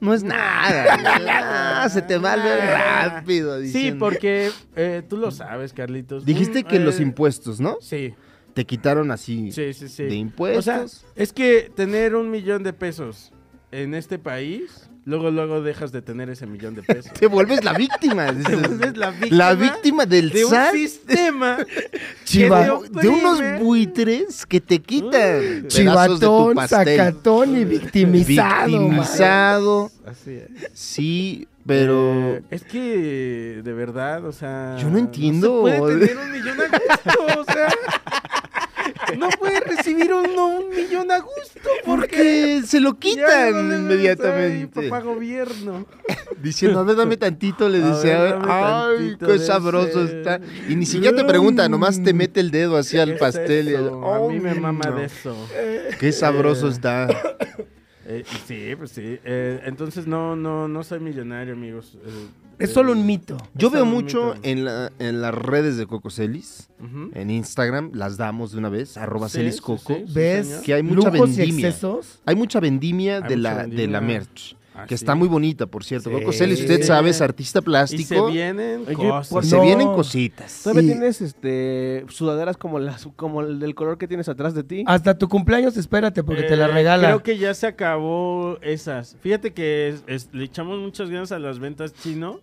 no es nada. ah, se te va a ver rápido.
Sí,
diciendo.
porque eh, tú lo sabes, Carlitos.
Dijiste
Mm,
que los
eh,
impuestos, ¿no?
Sí,
Te quitaron así
sí, sí, sí.
de
O
impuestos.
sea, es que tener un millón de pesos en este país, luego, luego dejas de tener ese millón de pesos.
te vuelves la víctima.
Te
dices,
vuelves la víctima,
la víctima del
de un
SAT.
sistema
Chiva-
que te
de
oprime.
unos buitres que te quitan pedazos de tu
Chivatón,
pastel.
sacatón y victimizado. man.
Victimizado.
Así es.
Sí, pero
Eh, es que, de verdad, o sea.
Yo no entiendo.
No se puede tener un millón a gusto, o sea. No puede recibir uno un millón a gusto porque.
porque se lo
ya
quitan
no le- Ay,
inmediatamente.
papá gobierno.
Diciendo, a ver, dame tantito, le
A
dice, a
ver,
ver,
dame
ay,
tantito
qué
de
sabroso
ese". Mm.
está. Y ni siquiera te pregunta, nomás te mete el dedo así
¿Qué
al
es
pastel. y-
eso? a mí me
Ay,
mama
no.
de eso.
Qué sabroso está.
Eh, y sí, pues sí. Eh, entonces no, no, no soy millonario, amigos. Eh,
Es
eh,
solo un mito.
Yo
Está
veo
muy
mucho
bonito.
en, la- en las redes de Cocoselis,
ujú.
en Instagram, las damos de una vez, arroba
Sí,
Celis
sí,
Coco.
sí, sí,
¿Ves?
señor.
que hay mucha
Lujos y
vendimia.
excesos.
Hay mucha vendimia,
Hay
de,
mucha
la, de la
vendimia.
merch,
Ah,
que
sí.
está muy bonita, por cierto.
Sí.
Cocoselis, usted sabe, es artista
Y se
plástico.
vienen
Oye,
cosas.
por-
se
No.
vienen cositas.
Todavía
Sí.
tienes este sudaderas como las como el del color que tienes atrás de ti.
Ah,
Hasta tu cumpleaños, espérate, porque te la
Eh,
regala.
Creo que ya se acabó esas. Fíjate que es- es- le echamos muchas ganas a las ventas chino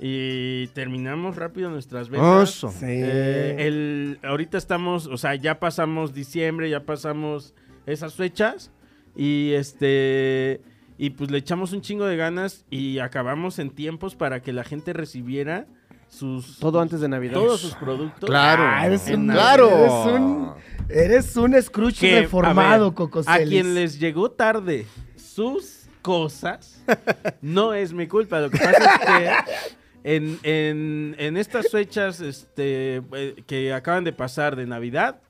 y terminamos rápido nuestras ventas.
Eso.
Sí.
Eh, el, ahorita estamos, o sea, ya pasamos diciembre, ya pasamos esas fechas y este y pues le echamos un chingo de ganas y acabamos en tiempos para que la gente recibiera sus
Todo antes de Navidad.
todos sus productos.
Claro.
Ah, eres
En
un,
Navidad.
claro.
eres un, eres un Scrooge
que, a
reformado,
ver,
Coco
A
Celis.
quien les llegó tarde sus cosas, no es mi culpa. Lo que pasa es que en, en- en estas fechas este, eh, que acaban de pasar de Navidad,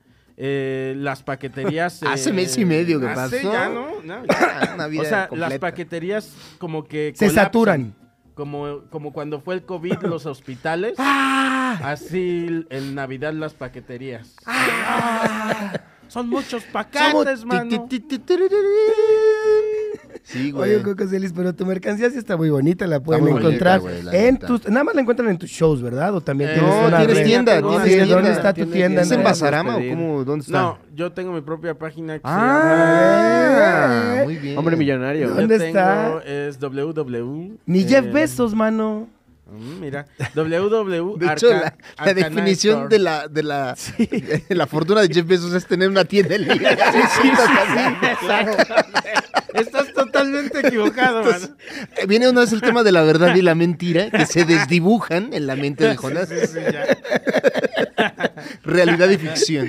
eh, las paqueterías... se-
Hace mes y medio que
Hace
pasó.
ya, ¿no? No, ya.
Una
o
vida
sea, las
completa.
paqueterías como que...
Se
colapsan.
saturan.
Como, como cuando fue el COVID, los hospitales. Así en Navidad las paqueterías. Son muchos
Somos-
paquetes, mano.
Sí, güey.
Oye, Coco Celis, pero tu mercancía sí está muy bonita, la pueden
muy bonita,
encontrar
güey, la
en
neta.
tus, nada más la encuentran en tus shows, ¿verdad? O también
Eh,
tienes
no,
una
tienes
red.
tienda,
Sí,
tienes
¿Dónde
tienda,
está tu
tienes
tienda?
tienda.
¿Es en
Andrea?
Bazarama o
pedir.
cómo? ¿Dónde está?
No, yo tengo mi propia página que
Ah,
llama- eh.
muy bien.
Hombre millonario.
se llama...
¿dónde
yo
está?
Tengo, es www.
Ni
eh,
Jeff Bezos, mano.
mm, Mira, www.
De hecho, la,
Arca-
la
Arcanine
definición
Store.
de la, de la, la fortuna de Jeff Bezos es tener una tienda en línea.
Estás totalmente equivocado, mano.
Eh, Viene una vez el tema de la verdad y la mentira, que se desdibujan en la mente de Jonás.
Sí, sí, ya.
Realidad y ficción.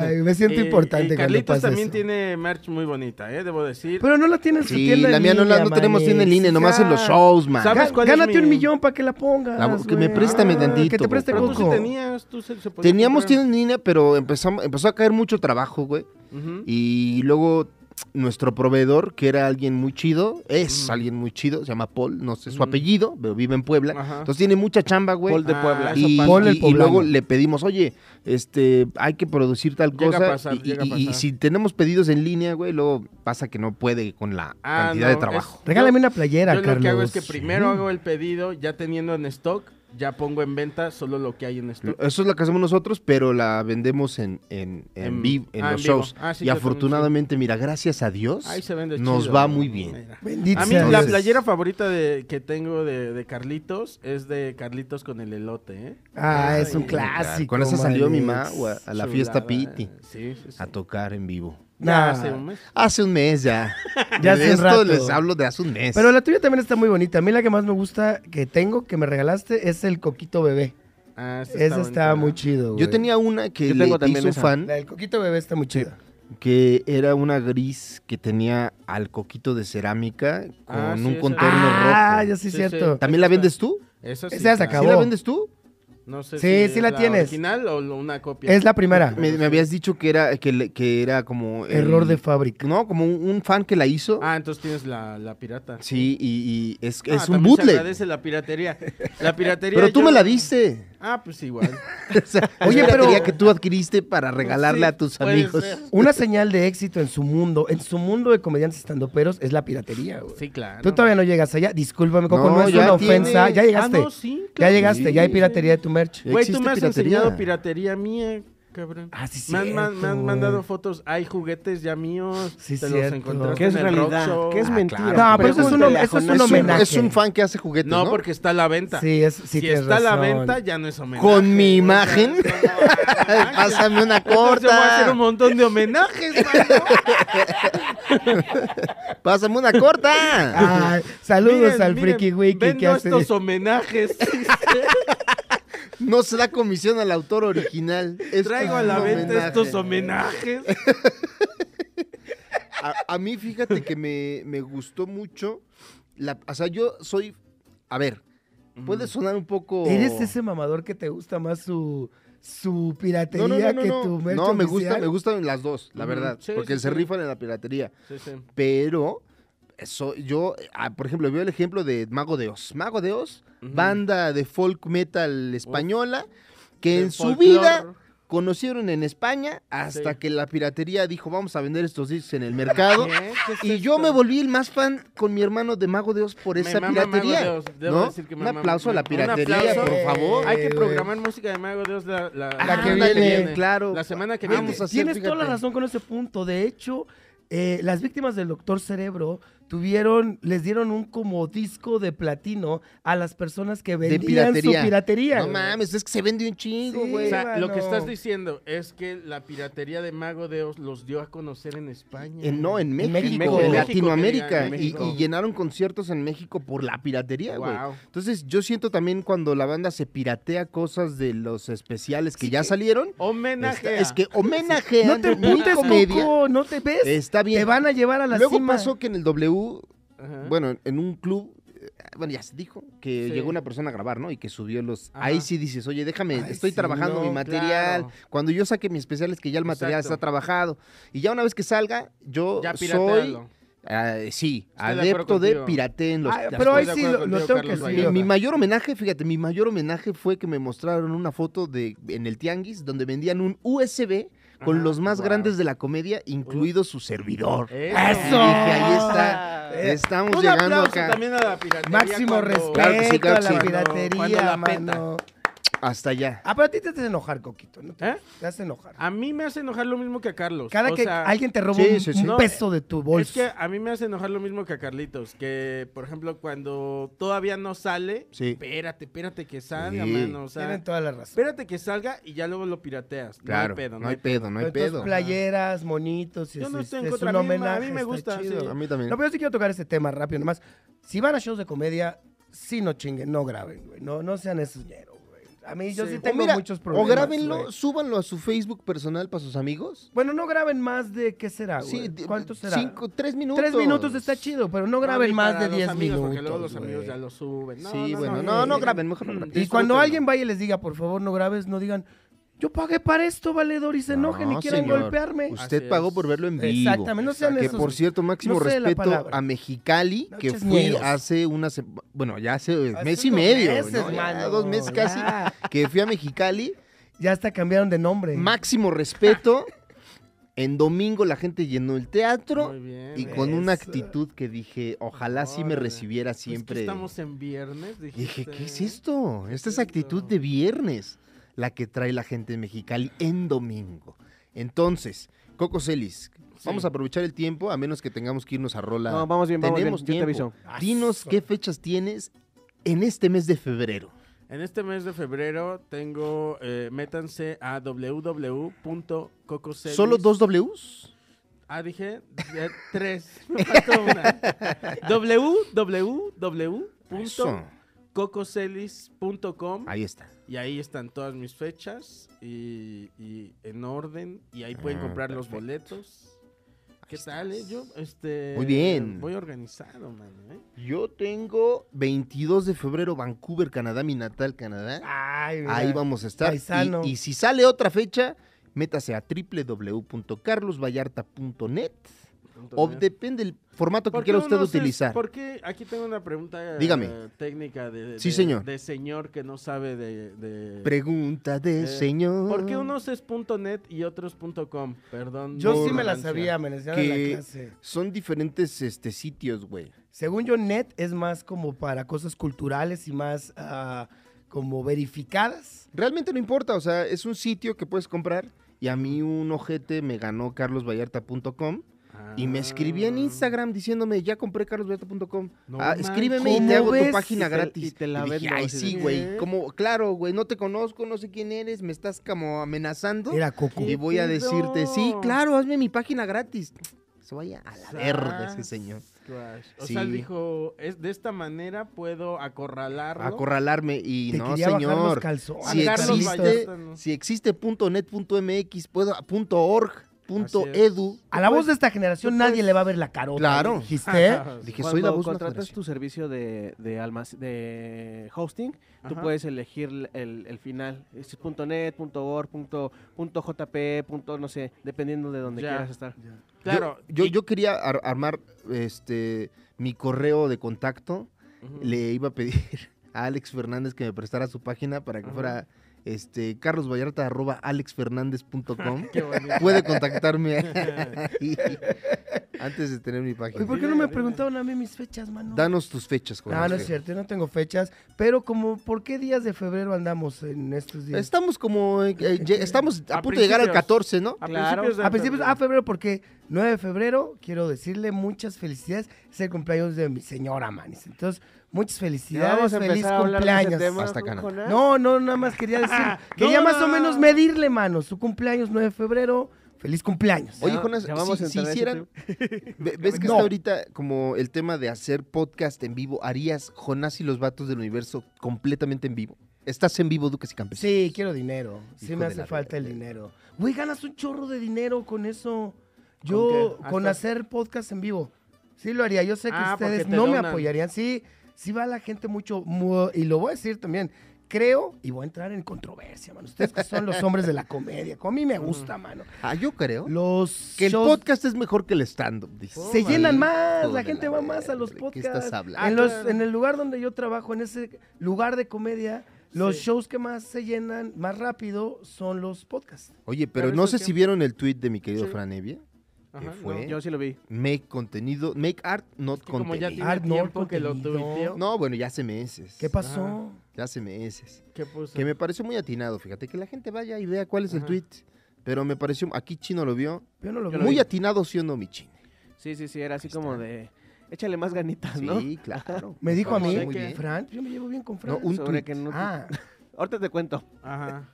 Ay, me siento
Eh,
importante
y
cuando
Carlitos
pasa
también
eso.
tiene merch muy bonita, eh, debo decir.
Pero no la tiene en su
Sí,
tienda
la
en
mía no, la, no
línea,
tenemos tienda en
manes.
línea, nomás en los
Ya.
shows, man.
¿Sabes
Gá-
cuál es
Gánate
mi-
un millón para que la pongas.
La- que
güey.
me préstame
Ah, Que te
tantito,
preste
Pero
güey.
tú
Coco.
sí tenías, tú se, se podía
Teníamos tienda
comprar.
en línea, pero empezamos, empezó a caer mucho trabajo, güey.
Ujú.
Y luego nuestro proveedor, que era alguien muy chido,
Mm.
es alguien muy chido, se llama Paul, no sé su apellido, pero vive en Puebla.
Ajá.
Entonces tiene mucha chamba, güey.
Paul de
Ah,
Puebla.
Y,
Eso pasa.
Paul el
y- y
poblano.
luego le pedimos, oye, este, hay que producir tal
Llega a
cosa.
pasar,
y,
llega a
y- y
pasar.
si tenemos pedidos en línea, güey, luego pasa que no puede con la
Ah,
cantidad
no,
de trabajo.
es-
Regálame una playera,
Yo
Carlos.
lo que hago es que primero hago el pedido, ya teniendo en stock, ya pongo en venta solo lo que hay en stock.
Eso es lo que hacemos nosotros, pero la vendemos en, en, en,
En-
vi- en
ah, en
los
vivo.
shows.
Ah, sí,
y
yo también,
afortunadamente, mira, gracias a Dios,
Ahí se vende
nos
chido,
va
¿no?
muy bien.
Mira.
Bendito
A mí
sea
la
Dios.
playera favorita de, que tengo de, de Carlitos es de Carlitos con el elote, ¿eh?
Ah, es un
Ay,
clásico.
Con esa salió mi
manes.
ma güey, a la
Chulada,
fiesta Piti
¿eh? Sí, sí, sí.
a tocar en vivo.
Ya
Nah.
hace un mes.
Hace un mes ya.
Ya
De
hace un
esto
rato.
les hablo de hace un mes.
Pero la tuya también está muy bonita. A mí la que más me gusta que tengo, que me regalaste, es el coquito bebé.
Ah, esa
Esa
bonita,
está
¿no?
muy chido, güey.
Yo tenía una que
Yo
le
tengo
hice
también
un
esa.
fan,
La del coquito bebé está muy chida.
que era una gris que tenía al coquito de cerámica con
Ah, sí,
un
esa-
contorno
Ah,
rojo.
ya sí,
Sí,
cierto.
¿También la vendes tú?
Esa, sí
Esa se
está.
¿Sí
acabó.
la vendes tú?
No sé
Sí,
si
sí
es
la tienes.
original o lo- una copia.
Es la primera.
Me, me habías dicho que era, que, le- que era como... el-
Error de fábrica.
No, como un, un fan que la hizo.
Ah, entonces tienes la, la pirata.
Sí, y, y es,
Ah,
es un
también se
bootleg.
agradece la piratería. La piratería.
Pero tú
yo-
me la diste.
Ah, pues igual.
O sea,
Oye,
Oye,
pero-
pero... que tú adquiriste para regalarle
Sí,
a tus
puede
amigos.
ser.
Una señal de éxito en su mundo, en su mundo de comediantes estandoperos, es la piratería, güey.
Sí, claro.
Tú todavía no llegas allá. Discúlpame, Coco, no,
No,
es
ya
una
tiene-
ofensa. Ya llegaste.
Ah, no, sí,
Ya
claro.
llegaste,
sí.
ya hay piratería de tu merch.
Ya
Güey, tú
existe
me has
piratería.
enseñado piratería mía, cabrón.
Ah, sí,
me, han, man- me
cierto,
han
güey.
mandado fotos. Hay juguetes ya míos.
Sí,
te
cierto.
los encontraste
¿Qué es
en el rock
realidad?
show.
¿Qué es
Ah,
mentira?
claro.
No, pero eso es un-
Pregúntale a
eso es un
Jonás.
Es un,
homenaje.
es un fan que hace juguetes, ¿no?
No, porque está a la venta.
Sí, es, sí
si
tienes
está a la
razón.
venta, ya no es homenaje.
Con mi
güey.
imagen.
No, no, no, no.
Pásame una
Entonces yo voy a hacer un
corta.
montón de homenajes, mano.
Pásame una
Ah.
corta.
Ay, saludos
Miren,
al
miren,
Freaky Wiki
vendo
que hace.
estos homenajes.
No se da comisión al autor original. Esto
Traigo
es
a la
un
venta
homenaje.
estos homenajes.
A, a mí, fíjate que me, me gustó mucho. La, o sea, yo soy. A ver, puede sonar un poco.
Eres ese mamador que te gusta más su, su piratería
No, no, no, no,
que
no.
tu merch
No, me
oficial?
gustan, me gustan las dos, la
Ujú.
verdad.
Sí,
porque
sí,
se
sí.
rifan en la piratería.
Sí, sí.
Pero eso, yo, ah, por ejemplo, veo el ejemplo de Mago de Oz. Mago de Oz,
Ujú.
banda de folk metal española, que
Del
en su
folclore.
vida conocieron en España hasta
Sí.
que la piratería dijo, vamos a vender estos discos en el mercado.
¿Qué? ¿Qué es
Y yo
esto?
me volví el más fan con mi hermano de Mago de Oz por
Me
esa
mama Mago
piratería.
de Oz, debo
¿no?
decir que me
Un
mama-
aplauso a la
un
piratería,
aplauso.
por favor. Ah,
Hay
Eh,
que
güey.
programar música de Mago Dios la, la, la
que
semana
viene,
claro.
La semana que
Vamos
viene.
a hacer,
Tienes toda la
fíjate.
razón con ese punto. De hecho, eh, las víctimas del Doctor Cerebro tuvieron, les dieron un como disco de platino a las personas que
De
vendían
piratería.
su piratería.
No mames, es que se vende un chingo,
Sí,
güey.
O sea, lo que
Bueno.
estás diciendo es que la piratería de Mago Dios los dio a conocer en España.
En- Eh, no, en México, en,
México. En México,
que
Latinoamérica.
digan, en
y-
México.
Y, llenaron conciertos en México por la piratería, güey.
Guau.
Entonces, yo siento también cuando la banda se piratea cosas de los especiales que ya salieron.
Homenaje.
está- es que homenajean
No te
mi
putes,
comedia.
Coco, no te ves.
Está bien.
Te van a llevar a la
Luego
cima.
pasó que en el W,
Ajá.
bueno, en un club, eh, bueno, ya se dijo que
Sí.
llegó una persona a grabar, ¿no? Y que subió los...
Ajá.
Ahí sí dices, oye, déjame,
Ay,
estoy
sí,
trabajando
no,
mi material.
claro.
Cuando yo saque mis especiales, que ya el material
Exacto.
está trabajado. Y ya una vez que salga, yo
ya
soy...
piratealo.
Ah, sí,
Estoy de
adepto
acuerdo
de,
contigo.
pirateen los
Ah,
las
pero ahí
cosas.
sí
Estoy de
lo,
acuerdo
lo
contigo,
tengo que
Carlos
decir.
Mi,
Vallarta.
mi mayor homenaje, fíjate, mi mayor homenaje fue que me mostraron una foto de en el tianguis donde vendían un USB con
Ajá,
los más
wow.
grandes de la comedia, incluido su servidor.
Eso.
Dije, ahí está.
Ah.
Eh,
Estamos
Un
llegando
aplauso
acá.
también a la piratería.
Máximo
cuando-
respeto
Claro que sí, claro
a la
que sí.
piratería,
Cuando- cuando la
mano.
Hasta allá.
Ah, pero a ti te haces enojar, Coquito. ¿no?
¿Eh?
Te haces enojar.
A mí me hace enojar lo mismo que a Carlos.
Cada
Pues, O
que
sea,
alguien te roba
sí,
un,
sí, sí.
un
No,
peso de tu
Es
bolsa.
que a mí me hace enojar lo mismo que a Carlitos, que por ejemplo cuando todavía no sale,
Sí.
espérate, espérate que salga,
Sí.
mano, o sea,
Tienen toda la razón.
espérate que salga y ya luego lo pirateas.
Claro.
no hay pedo,
no hay pedo, no hay
Entonces,
pedo.
playeras, monitos.
Yo no
es-
estoy en
es
contra,
un
a mí me- a
homenaje,
mí me
está
gusta,
chido.
sí.
A mí también.
No, pero yo sí quiero tocar este tema rápido nomás. Si van a shows de comedia, sí no chinguen, no graben, güey. No, no sean esos ñeros, güey. A mí yo
Sí.
sí,
O
tengo
mira,
muchos
o
problemas.
grábenlo,
güey.
súbanlo a su Facebook personal para sus amigos.
Bueno, no graben más de qué será, Ah, güey.
de-
¿Cuánto será?
Cinco, tres minutos.
Tres minutos está chido, pero no graben
ni
más
para
de
los
10
amigos,
minutos.
Porque luego los
güey.
amigos ya lo suben. No,
sí,
no,
bueno,
no,
no,
eh,
no,
eh,
graben, mejor no graben.
Y cuando alguien vaya y les diga, por favor, no grabes, no digan, yo pagué para esto, valedor, y se enojen y
No,
quieran
señor.
golpearme.
Usted
Así
pagó
es.
por verlo en vivo.
Exactamente, no sean
Que
esos-
por cierto, máximo
no sé la
respeto
palabra.
a Mexicali,
No
que
eches
fui
miedos.
hace una semana, bueno, ya hace,
Hace
mes y
unos
medio,
meses,
¿no? Ya
mano,
dos meses casi,
ya.
que fui a Mexicali,
Ya hasta cambiaron de nombre.
máximo respeto. En domingo la gente llenó el teatro
Muy bien.
y
¿eh?
con una
Eso.
actitud que dije, ojalá sí me
Órale.
recibiera
Pues que
siempre.
estamos en viernes, dijiste.
Dije, ¿qué es esto? Esta es
es
actitud
esto?
de viernes, la que trae la gente de Mexicali en domingo. Entonces, Coco Celis, vamos a aprovechar el tiempo, a menos que tengamos que irnos a rola.
No, vamos bien, vamos bien,
Tenemos
yo te
tiempo.
aviso.
Dinos qué fechas tienes en este mes de febrero.
En este mes de febrero tengo, eh, métanse a www.cocoseries.
¿Solo dos Ws?
Ah, dije eh, tres. Me faltó una.
Eso.
www.cococelis.com
Ahí está.
y ahí están todas mis fechas y, y en orden y ahí pueden
Ah,
comprar los boletos. ¿Qué tal? eh? Yo, este...
Muy bien.
Voy organizado, mano. ¿eh?
Yo tengo 22 de febrero, Vancouver, Canadá, mi natal, Canadá.
Ay, mira.
Ahí vamos a estar.
Paisano.
Y, y si sale otra fecha, métase a www.carlosvallarta.net o depende del formato que
¿Por qué
quiera
no
usted
nos es-
utilizar.
¿Por qué? Aquí tengo una pregunta eh,
Dígame.
técnica de, de-
Sí, señor.
de señor que no sabe de... de-
Pregunta de
Eh,
señor.
¿Por qué unos es .net y otros .com? Perdón.
Yo
mi
sí me la
ignorancia.
sabía, me la enseñaron en
que-
la clase.
Son diferentes este, sitios, güey.
Según yo, net es más como para cosas culturales y más ah, como verificadas.
Realmente no importa, o sea, es un sitio que puedes comprar. Y a mí un ojete me ganó carlosvallarta.com y me escribía en
Ah.
Instagram diciéndome, ya compré carlosvallarta.com.
No
Ah,
manches.
escríbeme y
¿Cómo
te hago
ves?
tu página
Y te-
gratis.
y te la
dije,
vendo,
Ay,
así
sí,
de-
güey. Como, claro, güey, no te conozco, no sé quién eres, me estás como amenazando.
Era Coco.
Y voy a
pedo?
decirte, sí, claro, hazme mi página gratis. Se vaya a la verga ese
Sas.
señor.
Crash. O
Sí.
sea, él dijo, es de esta manera puedo acorralarlo.
Acorralarme y
Te
no,
quería bajar los
señor.
calzones.
Si
Carlos
existe,
Vallarta, ¿no?
si existe punto .net, punto .mx, puedo, punto .org, punto
Así es.
.edu.
A la voz de esta generación nadie le va a ver la carota.
Claro.
¿Dijiste? ¿eh?
Dije,
Cuando
soy la voz de una
contratas
generación.
tu servicio de, de, almac- de hosting, tú
Ajá.
puedes elegir el, el- el final. Es punto .net, punto .org, punto, punto .jp, punto no sé, dependiendo de donde
Ya.
quieras estar.
Claro.
Yo,
y-
yo quería ar- armar este mi correo de contacto.
Ujú.
Le iba a pedir a Alex Fernández que me prestara su página para que
Ajá.
fuera este carlosvallarta arroba alexfernandez.com.
Qué bonito.
Puede contactarme ahí antes de tener mi página.
Oye, ¿por qué no me preguntaron a mí mis fechas, mano? Ah,
Danos tus fechas, Juan
No, no
Ángel.
es cierto, yo no tengo fechas, pero como, ¿por qué días de febrero andamos en estos días?
Estamos como. eh, eh, ya- estamos a,
A
punto de llegar al 14,
principios.
¿no?
A
Claro.
principios de
A principios, ah, febrero, porque 9 de febrero, quiero decirle muchas felicidades, es el cumpleaños de mi señora Manis. Entonces, muchas
Ya
felicidades,
vamos a
feliz
empezar a hablar de ese
cumpleaños.
tema,
Hasta Canadá.
Jonás.
No, no, nada más quería decir, quería
No,
más o
no.
menos medirle, mano, su cumpleaños 9 de febrero, feliz cumpleaños.
Oye,
Ya-
Jonas,
ya vamos
si,
a
si
entrar a ese
hicieran. ve- ¿Ves que
No.
está ahorita como el tema de hacer podcast en vivo? ¿Harías Jonás y los vatos del universo completamente en vivo? ¿Estás en vivo, Duques y Campesinos?
Sí, quiero dinero. Sí
Pues Hijo
me
de
hace
la
falta el
regadera.
dinero. Güey, ganas un chorro de dinero con eso. Yo,
qué?
con,
Hasta-
hacer podcast en vivo. Sí lo haría. Yo sé que
Ah, porque
ustedes
te
no me
donan.
apoyarían. Sí, sí va la gente mucho. mu- y lo voy a decir también. Creo, y voy a entrar en controversia, mano. Ustedes que son los hombres de la comedia. Como a mí me gusta, mano.
Ah, yo creo.
Los
Que el
shows
podcast es mejor que el stand-up. dice.
se llenan más,
Hijo
la
de
gente
la
va más a
verga,
los
¿de
podcasts.
¿Qué estás
En,
hablando?
los- en el lugar donde yo trabajo, en ese lugar de comedia, Los
Sí.
shows que más se llenan más rápido son los podcasts.
Oye, pero
Pero
no
eso
sé
sí.
si vieron el tweet de mi querido
Sí.
Fran Evia, que
Ajá, no,
fue
Yo sí lo vi.
make contenido, make art not
que como
contenido.
ya tiene
Ah, no,
tiempo que lo
contenido.
tuiteó,
No, bueno, ya hace meses.
¿Qué pasó?
Ya hace meses.
¿qué puso?
Que me pareció muy atinado, fíjate, que la gente vaya y vea cuál es el
Ajá.
tweet. Pero me pareció, aquí Chino lo vio,
Yo no lo vi.
muy atinado sí o no, mi Chino.
Sí, sí, sí, era así como de. Échale más ganitas, ¿no?
Sí, claro.
Me dijo a mí,
pareció muy bien.
Fran, yo me llevo bien con Fran.
No, un
Sobre
tuit.
que no te-
Ah,
Ahorita te cuento.
Ajá.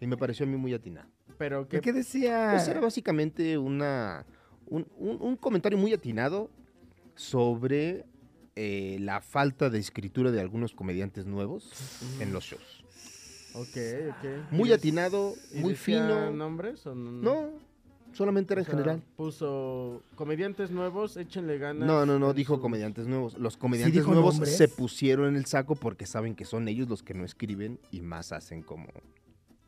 Y me pareció a mí muy atinado.
Pero
¿qué,
que
qué
Ah.
decía?
Pues era básicamente una, un, un- un comentario muy atinado sobre eh, la falta de escritura de algunos comediantes nuevos en los shows.
Ok, ok.
Muy
¿Y des-
atinado,
y
muy
decía
fino.
nombres o no?
No, solamente era
O
en
sea,
general.
Puso comediantes nuevos, échenle ganas.
No, no, no,
en
dijo
sus-
comediantes nuevos. Los comediantes
dijo
nuevos
nombres?
se pusieron en el saco porque saben que son ellos los que no escriben y más hacen como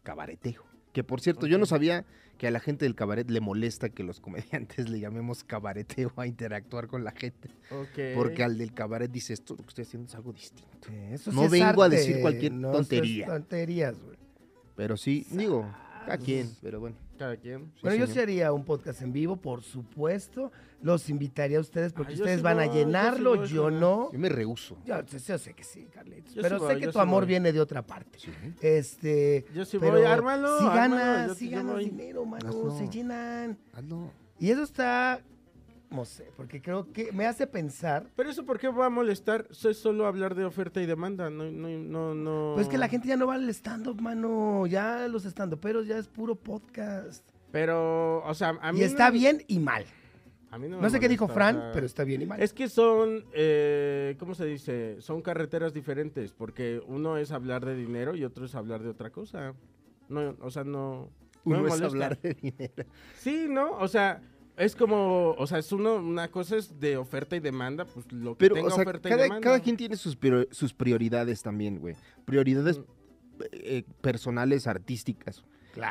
cabareteo. Que por cierto, yo no sabía que a la gente del cabaret le molesta que los comediantes le llamemos cabareteo a interactuar con la gente.
Ok.
Porque al del cabaret dice esto, lo que estoy haciendo es algo distinto.
Eh, eso
No
es
vengo a decir cualquier
eso es
tontería.
tonterías, güey. Pues,
Pero sí, digo, a quién,
pues,
pero bueno.
Cada quien.
Sí,
bueno, yo
señor.
sí haría un podcast en vivo, por supuesto. Los invitaría a ustedes porque
Ah, yo
ustedes
sí
van a
voy, yo sí
llenarlo, yo,
voy, sí.
no.
Yo me rehuso.
Yo, sé- yo sé que sí, Carlitos.
Yo
pero
sí
sé
voy,
que
yo
tu
sí
amor
voy.
viene de otra parte. Este.
Yo sí
pero
voy, ármalo,
Si
ármalo,
ganas,
yo-
si
yo
ganas
voy.
dinero, mano,
Hazlo.
se llenan.
Hazlo.
Y eso está. No sé, porque creo que me hace pensar.
Pero eso, ¿por qué va a molestar? Soy solo hablar de oferta y demanda. No, no, no. no.
Pues que la gente ya no va al stand-up, mano. Ya los stand-uperos ya es puro podcast.
Pero, o sea, a mí.
Y está
no-
bien y mal.
a mí no
No,
me
sé qué dijo
molesta,
Fran,
o sea,
pero está bien y mal.
Es que son, eh, ¿cómo se dice? Son carreteras diferentes, porque uno es hablar de dinero y otro es hablar de otra cosa. No, o sea, no... no
Uno
me
es
molesta.
hablar de dinero.
Sí, ¿no? O sea, es como, o sea, es uno, una cosa es de oferta y demanda, pues lo que
Pero,
tenga
o sea,
oferta y
cada,
demanda.
cada quien tiene sus, prior- sus prioridades también, güey. Prioridades
Mm.
eh, personales, artísticas.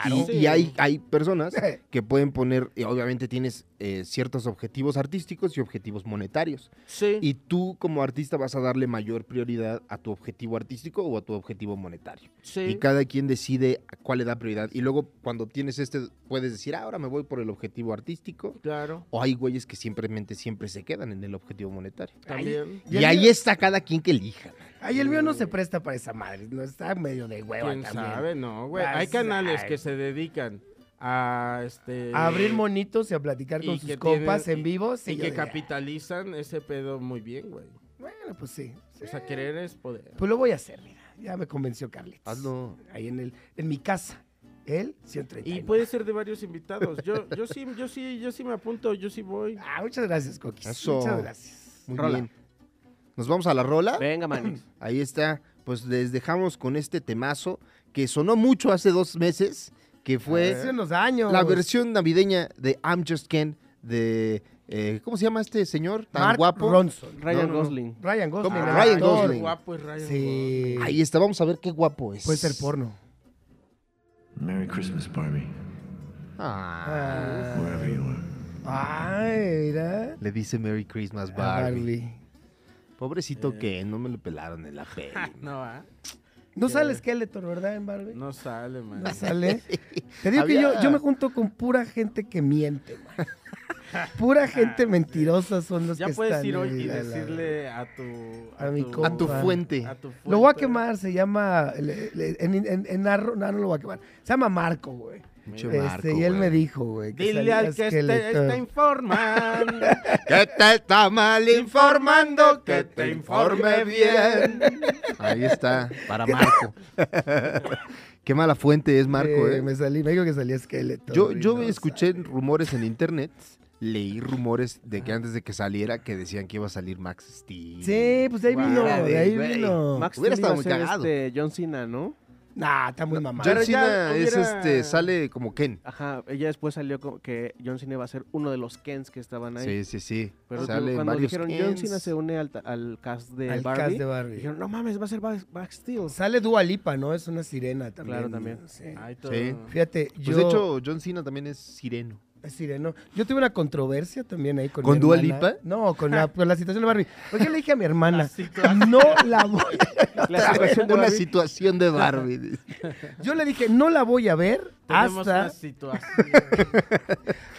Y,
Sí.
y hay, hay personas que pueden poner, y obviamente tienes eh, ciertos objetivos artísticos y objetivos monetarios.
Sí.
Y tú como artista vas a darle mayor prioridad a tu objetivo artístico o a tu objetivo monetario.
sí.
Y cada quien decide a cuál le da prioridad. Y luego cuando tienes este, puedes decir, "Ah, ahora me voy por el objetivo artístico.
Claro,
O hay güeyes que simplemente siempre se quedan en el objetivo monetario.
también.
Y
Y,
el
ahí
mío-
está cada quien que elija.
Ay, el mío no se presta para esa madre. No está medio de hueva
Eh. ¿Quién
también.
sabe? No, güey.
Vas-
Hay canales
ay.
que se dedican a, este...
A abrir monitos y a platicar con
y
sus
que
compas
tienen-
en vivo. sí,
y
yo
que
diría,
capitalizan ese pedo muy bien, güey.
Bueno, pues sí.
O sea, querer es poder.
Pues lo voy a hacer, mira. Ya me convenció Carlitos.
Hazlo.
Ahí en, el, en mi casa. Él, 130.
Y puede ser de varios invitados. Yo, yo sí, yo sí, yo sí me apunto, yo sí voy.
Ah, muchas gracias, Coquis.
Eso.
Muchas gracias.
Muy
Rola.
bien. Nos vamos a la rola.
Venga, Manix.
Ahí está. Pues les dejamos con este temazo que sonó mucho hace dos meses, que
Hace
fue
unos años.
la versión navideña de I'm Just Ken de... eh, ¿Cómo se llama este señor tan
Mark
guapo?
Ronson.
Ryan
No, no, no.
Gosling.
Ah, Ryan Gosling.
¿Cómo?
el
Ryan
actor.
Gosling.
Qué Guapo es Ryan Gosling.
Sí.
Ahí está, vamos a ver qué guapo es.
Puede ser porno.
Merry Christmas, Barbie,
Ah,
wherever you are.
Ay, mira.
le dice Merry Christmas, Barbie.
Ah, Barbie.
Pobrecito Ken, no me lo pelaron en la peli.
No, ¿ah?
No sale Skeletor, ¿verdad, en Barbie?
No sale, man.
No sale. Te digo que yo,
Había-
yo me junto con pura gente que miente, man. Pura gente mentirosa son los
Ya
que
puedes
están.
ir hoy
ahí,
y
la, la, la.
decirle a tu...
A mi
A tu
Compa.
fuente.
a tu fuente.
Lo voy a quemar, se llama. le- le- en, en- en Narro, no, no lo voy a quemar. Se llama Marco, güey.
Pinche
Este,
Marco,
y él
güey.
me dijo, güey. que
Dile
salía
al que te
Skeletor.
está informando.
Que te está mal informando, que te informe bien. Ahí está, para Marco. Qué mala fuente es Marco,
Eh,
¿eh?
Me, salí, me dijo que salía Skeletor.
Yo,
güey,
yo
no
escuché
sabe.
rumores en internet, leí rumores de que antes de que saliera, que decían que iba a salir Max Steel.
Sí, pues de ahí
Guau,
vino,
güey,
de ahí
güey.
vino.
Max
Hubiera
Steel iba
estado muy
a ser,
cagado.
Este John Cena, ¿no?
Nah, está muy mamado.
John
Pero ya
Cena es
hubiera-
este, sale como Ken.
Ajá, ella después salió como que John Cena iba a ser uno de los Kens que estaban ahí.
Sí, sí, sí.
Pero
sale
cuando
varios
dijeron John
Kens.
Cena se une al, ta- al cast de
Al
Barbie,
cast de Barbie.
dijeron, no mames, va a ser Ba- Max Steel.
pues, Sale Dua Lipa, ¿no? Es una sirena también.
Ah.
Claro, también.
Sí.
Ay, todo.
Sí.
Fíjate,
Pues
yo...
de hecho, John Cena también es sireno.
Así de, no. Yo tuve una controversia también ahí con
¿Con
mi
Dua
hermana.
Lipa? Ah.
No, con la, con la situación de Barbie. Porque le dije a mi hermana,
Así, Ah, claro.
no la voy
La situación de
Una
Barbie.
situación de Barbie. dice.
Yo le dije, no la voy a ver
Tenemos
hasta,
una situación.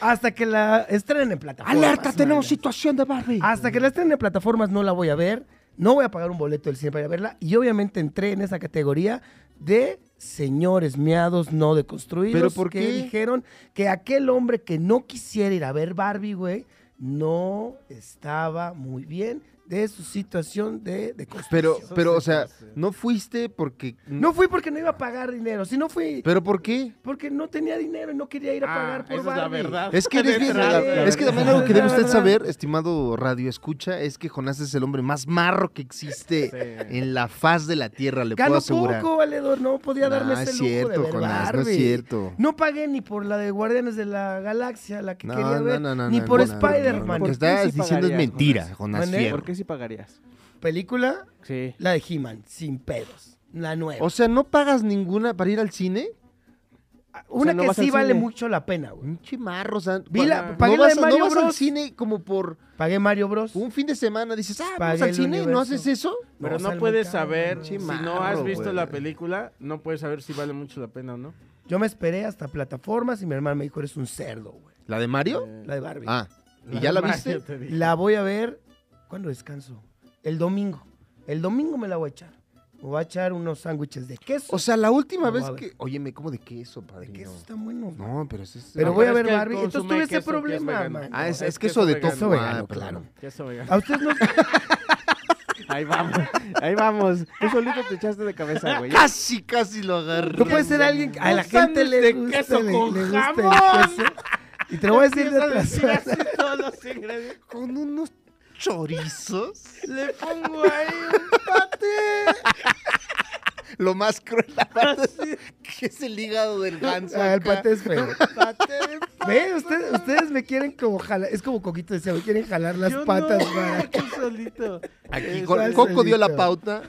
hasta que la estrenen en plataformas.
Alerta, tenemos
mano.
situación de Barbie.
Hasta que la estrenen en plataformas no la voy a ver. No voy a pagar un boleto del cine para ir a verla. Y obviamente entré en esa categoría de señores miados no deconstruidos.
¿Pero por
que
qué?
dijeron que aquel hombre que no quisiera ir a ver Barbie, güey, no estaba muy bien de su situación de deconstrucción.
Pero, pero, o sea, no fuiste porque.
No fui porque no iba a pagar dinero. Si no fui...
¿Pero por qué?
porque no tenía dinero y no quería ir a pagar por
esa es la
Barbie.
verdad.
Es que, eres bien-
Esa es la- la
es que
verdad.
también algo que debe
La
usted
verdad.
saber, estimado Radio Escucha, es que Jonás es el hombre más marro que existe en la faz de la tierra, le puedo
Gano
asegurar.
poco, valedor, no podía
No,
darme ese
es
lujo de
cierto,
ver
Jonás, no es
Barbie.
cierto.
No pagué ni por la de Guardianes de la Galaxia, la que
No,
quería
no,
ver,
no, no,
ni
no,
por
no, no, no, no,
Spider-Man.
Lo que
¿Por qué
estás
sí
diciendo es
pagarías,
mentira,
Jonás?
Jonás
¿Mané?
Fierro.
¿Por qué sí pagarías?
Película,
Sí.
la de He-Man, sin pedos. La nueva.
O sea, ¿no pagas ninguna para ir al cine?
Una
o sea, no
que
vas al
sí vale
cine.
mucho la pena, güey.
Un chimarro, o sea,
Vi la-
¿no
pagué la
vas
de
a-
Mario
¿No vas al
Bros.
cine como por
Pagué Mario Bros.
un fin de semana? Dices, ah,
Pagué
vamos al
el
cine, ¿no
universo.
haces eso?
Pero no
sale muy
puedes
caro,
saber,
güey.
si no
Chimarro,
has visto
güey.
la película, no puedes saber si vale mucho la pena o no.
Yo me esperé hasta plataformas y mi hermano me dijo, eres un cerdo, güey.
¿La de Mario?
La de Barbie.
Ah, ¿y ya la viste?
Te digo.
La voy a ver cuando descanso. El domingo. El domingo me la voy a echar. Me voy a echar unos sándwiches de queso.
O sea, la última
No,
vez
a ver.
que... Óyeme, ¿cómo de queso, padre?
de queso están buenos. güey.
No, pero eso es...
Pero
No,
voy a
pero
ver
es que
Barbie. Entonces
consume
tuve ese
queso que es
problema,
vegano.
man.
Ah, es,
es
es queso
queso
de
vegano.
tofu.
Queso vegano,
claro.
Queso vegano.
A ustedes no.
Ahí vamos. Ahí vamos. Tú solito te echaste de cabeza, güey.
Casi, casi lo agarro.
No puede ser alguien. A la
Un
gente
sándwich
le
de
gusta.
queso
le-
con
le gusta el
jamón.
queso. Y te lo voy a decir de
Empieza a
atrás.
decir así todos los ingredientes.
Con unos chorizos.
Le pongo ahí un
Lo más cruel
Ah,
aparte que es el hígado del ganso.
Ah, el
acá.
paté es feo.
paté.
Ve, ustedes, ustedes me quieren como jalar. Es como Coquito decía, me quieren jalar las
Yo
patas
no,
para.
tú solito.
Aquí
Eh,
Cor-
salsa
Coco dio la
rica.
pauta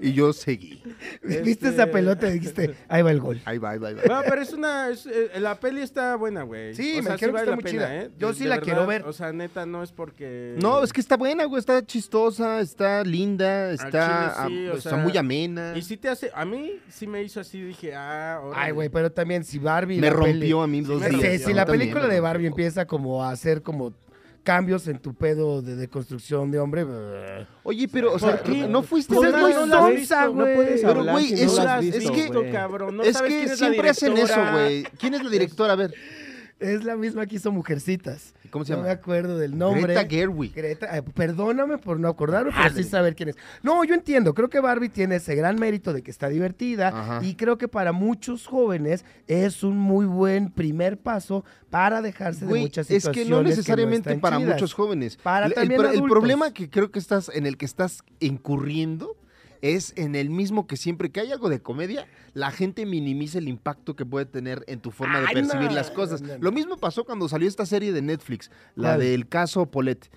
y yo seguí.
Viste
Este.
esa pelota y dijiste, ahí va el gol.
Ahí va, ahí va, ahí va.
No, pero es una. es, eh, la peli está buena, güey.
Sí, me
o sea,
dijeron que
vale
está
la
muy
pena,
chida.
¿eh?
Yo sí la quiero ver.
O sea, neta, no es porque.
No, es que está buena, güey. Está chistosa, está linda, está,
Al chile sí,
am-
o
está
sea,
muy amena.
Y sí te hace. A mí sí me hizo así, dije, ah, órale.
Ay, güey, pues, pero también si Barbie.
Me
la peli-
rompió a mí dos
me
Sí,
días.
rompió.
si la
Yo también
película
me
de
rompió.
Barbie empieza como a hacer como cambios en tu pedo de deconstrucción de hombre. brr.
Oye, pero, o sea,
¿Por qué?
no fuiste
Pues
a
es
ver
muy
la-
no la has
sonsa,
visto,
güey.
No puedes
Pero,
hablar
güey,
si no
eso-
la has
es
visto,
que-
güey. cabrón, no
es
sabes quién
que
es la
siempre hacen eso,
directora.
güey. ¿Quién es la directora? A ver,
Es la misma que hizo Mujercitas.
¿cómo se
no me
llama?
acuerdo del nombre.
Greta Gerwig. Ah,
Greta, eh, perdóname por no acordarme, pero sí saber quién es. No, yo entiendo, creo que Barbie tiene ese gran mérito de que está divertida
Ajá.
y creo que para muchos jóvenes es un muy buen primer paso para dejarse
Güey,
de muchas
es
situaciones
que no necesariamente
están
para
chidas.
muchos jóvenes.
Para
Le- el,
también
pro- el
adultos.
problema que creo que estás en el que estás incurriendo es en el mismo que siempre que hay algo de comedia, la gente minimiza el impacto que puede tener en tu forma de
Ay,
percibir
no,
las cosas.
no, no.
Lo mismo pasó cuando salió esta serie de Netflix, la
¿Cuál?
del caso Polet,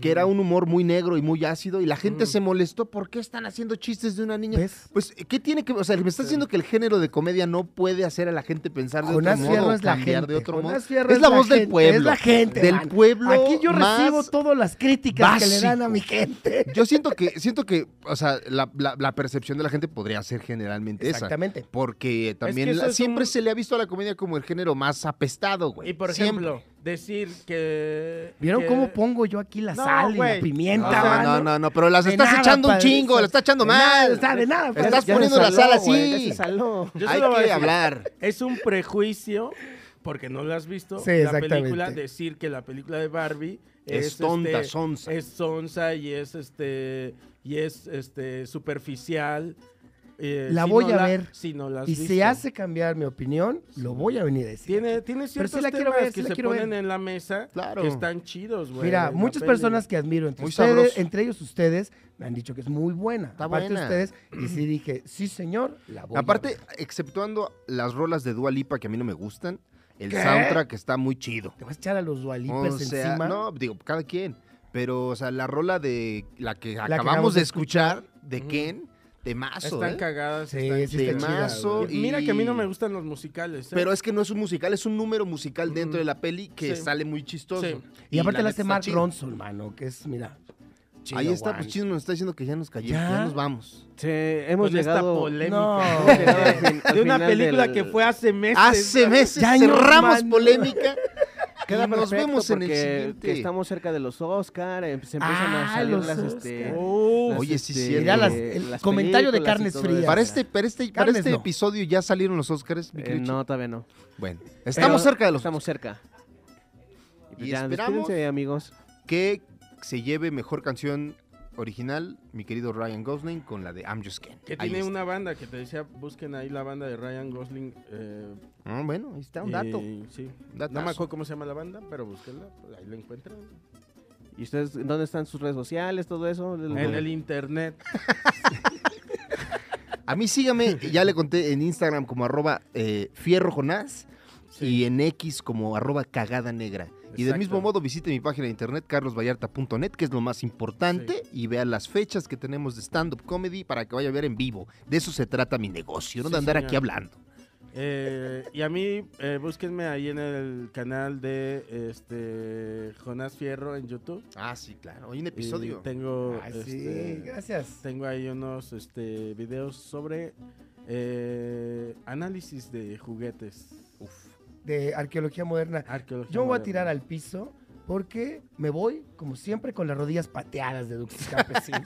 que era un humor muy negro y muy ácido y la gente se molestó, ¿por qué están haciendo chistes de una niña?
¿Ves?
Pues ¿qué tiene que, o sea, me estás diciendo que el género de comedia no puede hacer a la gente pensar de
Jonás
otro
Fierro
modo,
es la
cambiar de
gente,
otro modo?
Jonás Fierro
Es
es
la
la
voz del
gente,
pueblo.
es la gente,
del
man.
pueblo.
Aquí yo recibo
más-
todas las críticas que le dan a
básico.
mi gente.
Yo siento que, siento que, o sea, la, la- la percepción de la gente podría ser generalmente esa.
Exactamente.
Porque también
que eso
la-
es
siempre
un-
se le ha visto a la comedia como el género más apestado, güey.
Y por
Siempre.
ejemplo, decir que.
¿Vieron
que-
cómo pongo yo aquí la
No,
sal y
güey.
la pimienta?
No,
mano?
no, no, no, pero las
De
estás
nada,
echando un
padre,
chingo,
eso-
las estás echando
de nada,
mal.
o sea, de nada, padre.
Estás
Ya se
poniendo la
saló,
sal
güey, ya
así.
se saló.
Yo
Hay
solo voy a
que
decir,
hablar.
Es un prejuicio, porque no lo has visto.
Sí,
La
exactamente.
película, decir que la película de Barbie
Es
es,
tonta,
este,
sonsa.
Es sonsa y es este. Y es este superficial. eh,
La
si
voy
no
a ver.
Si no la has
Y si
visto.
hace cambiar mi opinión, lo voy a venir a decir.
Tiene, tiene
Pero
ciertos
sí la quiero
temas
ver, sí
que
la
se
quiero ver.
ponen en la mesa
Claro.
que están chidos, güey.
Mira,
en la
muchas
peli.
personas que admiro, entre,
Muy
ustedes-
sabroso.
entre ellos ustedes, me han dicho que es muy buena.
Está
Aparte
buena.
de ustedes, y sí dije, sí señor, la voy a
Aparte,
ver.
exceptuando las rolas de Dua Lipa que a mí no me gustan, el
¿Qué?
soundtrack está muy chido.
Te vas a echar a los dualipers
O sea,
encima.
no, digo, cada quien. Pero, o sea, la rola de la que
que
acabamos
acabamos
de
de
escuchar, de Ken, Temazo,
Están
¿eh?
cagadas.
Sí,
están
sí está
chidas.
Temazo
Y Mira que a mí no
y-
me gustan los musicales. ¿eh?
Pero es que no es un musical, es un número musical dentro de la peli que
Sí.
sale muy chistoso.
Sí.
Y aparte la
neta
hace
está
Mark
chida.
Ronson, mano, que es, mira. chido,
Ahí está,
guan.
pues Chino nos está diciendo que ya nos callemos,
¿Ya?
ya nos vamos.
Sí, hemos
Con esta
llegado
polémica.
No.
hemos llegado al fin- al
De una
final
película
del-
que fue hace meses.
Hace meses
Ya no,
este, cerramos
mano.
polémica.
Queda
y nos
perfecto
vemos en el
porque-
siguiente.
que estamos cerca de los Oscar, em- se empiezan
Ah,
a salir
los
las, este,
Oscar.
Oh,
las,
Oye, sí,
este,
cierto.
Mira las- el
las
comentario de
películas y
carnes
todo
frías.
eso.
Para este, para este, para
Carnes
este
no.
episodio ya salieron los Oscars, mi
Eh,
querido
no, todavía no.
Chino. Bueno, estamos
Pero
cerca de los
Estamos cerca.
Y
pues ya,
esperamos-
despídense, amigos.
que se lleve mejor canción original, mi querido Ryan Gosling, con la de I'm Just Ken.
que
Ahí
tiene
está.
una banda que te decía, busquen ahí la banda de Ryan Gosling. eh,
Ah, bueno, ahí está un
y-
dato.
sí.
Datazo.
No me acuerdo cómo se llama la banda, pero búsquenla, pues, ahí la encuentran.
¿Y ustedes dónde están sus redes sociales, todo eso?
En el internet.
A mí sígame, ya le conté en Instagram como arroba eh, fierrojonás y en X como arroba cagada negra. Y del
Exacto.
mismo modo visite mi página de internet carlosvallarta.net, que es lo más importante, y vea las fechas que tenemos de stand-up comedy para que vaya a ver en vivo. De eso se trata mi negocio, no
Sí,
de andar
señor.
aquí hablando.
Eh, y a mí, eh, búsquenme ahí en el canal de este Jonás Fierro en YouTube.
Ah, sí, claro. Hay un
Y
episodio.
tengo,
Ah,
este,
sí, gracias.
tengo ahí unos este, videos sobre eh, análisis de juguetes.
De arqueología moderna.
Arqueología
Yo me voy a
moderna.
tirar al piso porque me voy, como siempre, con las rodillas pateadas de Duxis Campesinos.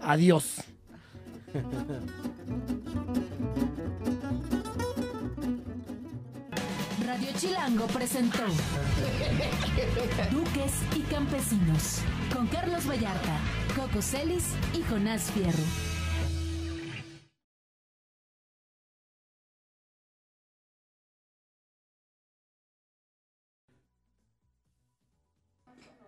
Adiós.
Radio Chilango presentó Duques y Campesinos con Carlos Vallarta, Coco Celis y Jonás Fierro.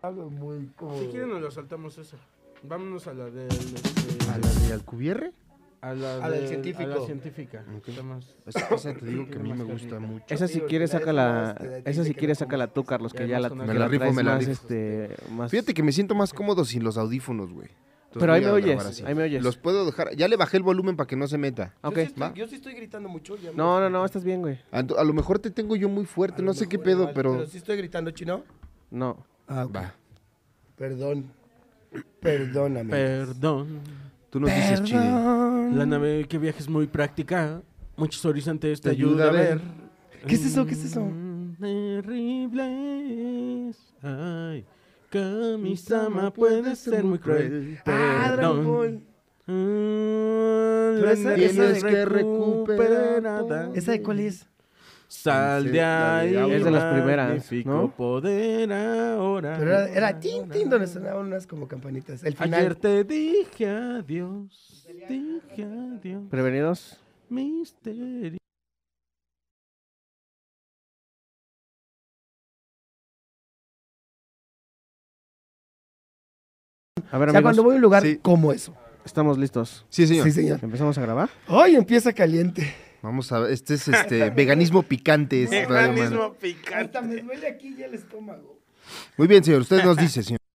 Algo muy como...
Si quieren, nos lo saltamos eso. Vámonos a la del. este,
¿A la de Alcubierre?
a la
a la del
del-
científico.
A la científica. Está más-
Esa, esa te digo que a mí me gusta mucho.
Esa si
Sí, porque
quieres,
la de
sácala.
más te- te
Esa
dice
si
que
quieres,
la
sácala tú, Carlos, que ya
Ya más
la
con una
que
Me la rifo,
traes
me la
más,
rifo.
este, más-
Fíjate que me siento más cómodo sin los audífonos, güey. Entonces
Pero ahí me
voy a grabar
oyes,
así.
ahí me oyes. Ah.
Los puedo dejar. Ya le bajé el volumen para que no se meta.
Ok,
yo, sí estoy,
va.
yo sí estoy gritando mucho. ya me-
No, no, no, estás bien, güey.
A, a lo mejor te tengo yo muy
A
fuerte,
lo
no sé qué
mejor
pedo,
igual,
pero.
Pero sí estoy gritando, chino.
No.
Ah,
Va.
Perdón. Perdóname.
Perdón.
Tú nos dices chile.
La nave que viaja es muy práctica. Muchos horizontes te,
Te
ayuda a ver.
¿Qué es eso? ¿Qué es eso?
Mm, Terribles. Ay, Kamisama puede ser muy cruel.
Ah, Dragon
Perdón.
Ball.
Mm,
Pero esa-
la
esa
tienes
de-
que recuperada.
¿Esa de cuál es?
Sal de ahí.
la de
Es de las primeras,
magnífico
¿no?
poder ahora.
Pero era, era tin, tin, donde sonaban unas como campanitas. El final.
Ayer te dije adiós. Dije adiós.
Prevenidos.
Misterio.
A ver,
o sea,
amigos,
cuando voy a un lugar
Sí.
como eso.
estamos listos.
Sí, señor.
Sí, señor.
¿Empezamos a grabar?
Ay, empieza caliente.
Vamos a ver. Este es este veganismo picante. es, hermano.
Hasta me duele aquí ya el estómago.
Muy bien, señor. Usted nos dice, señor.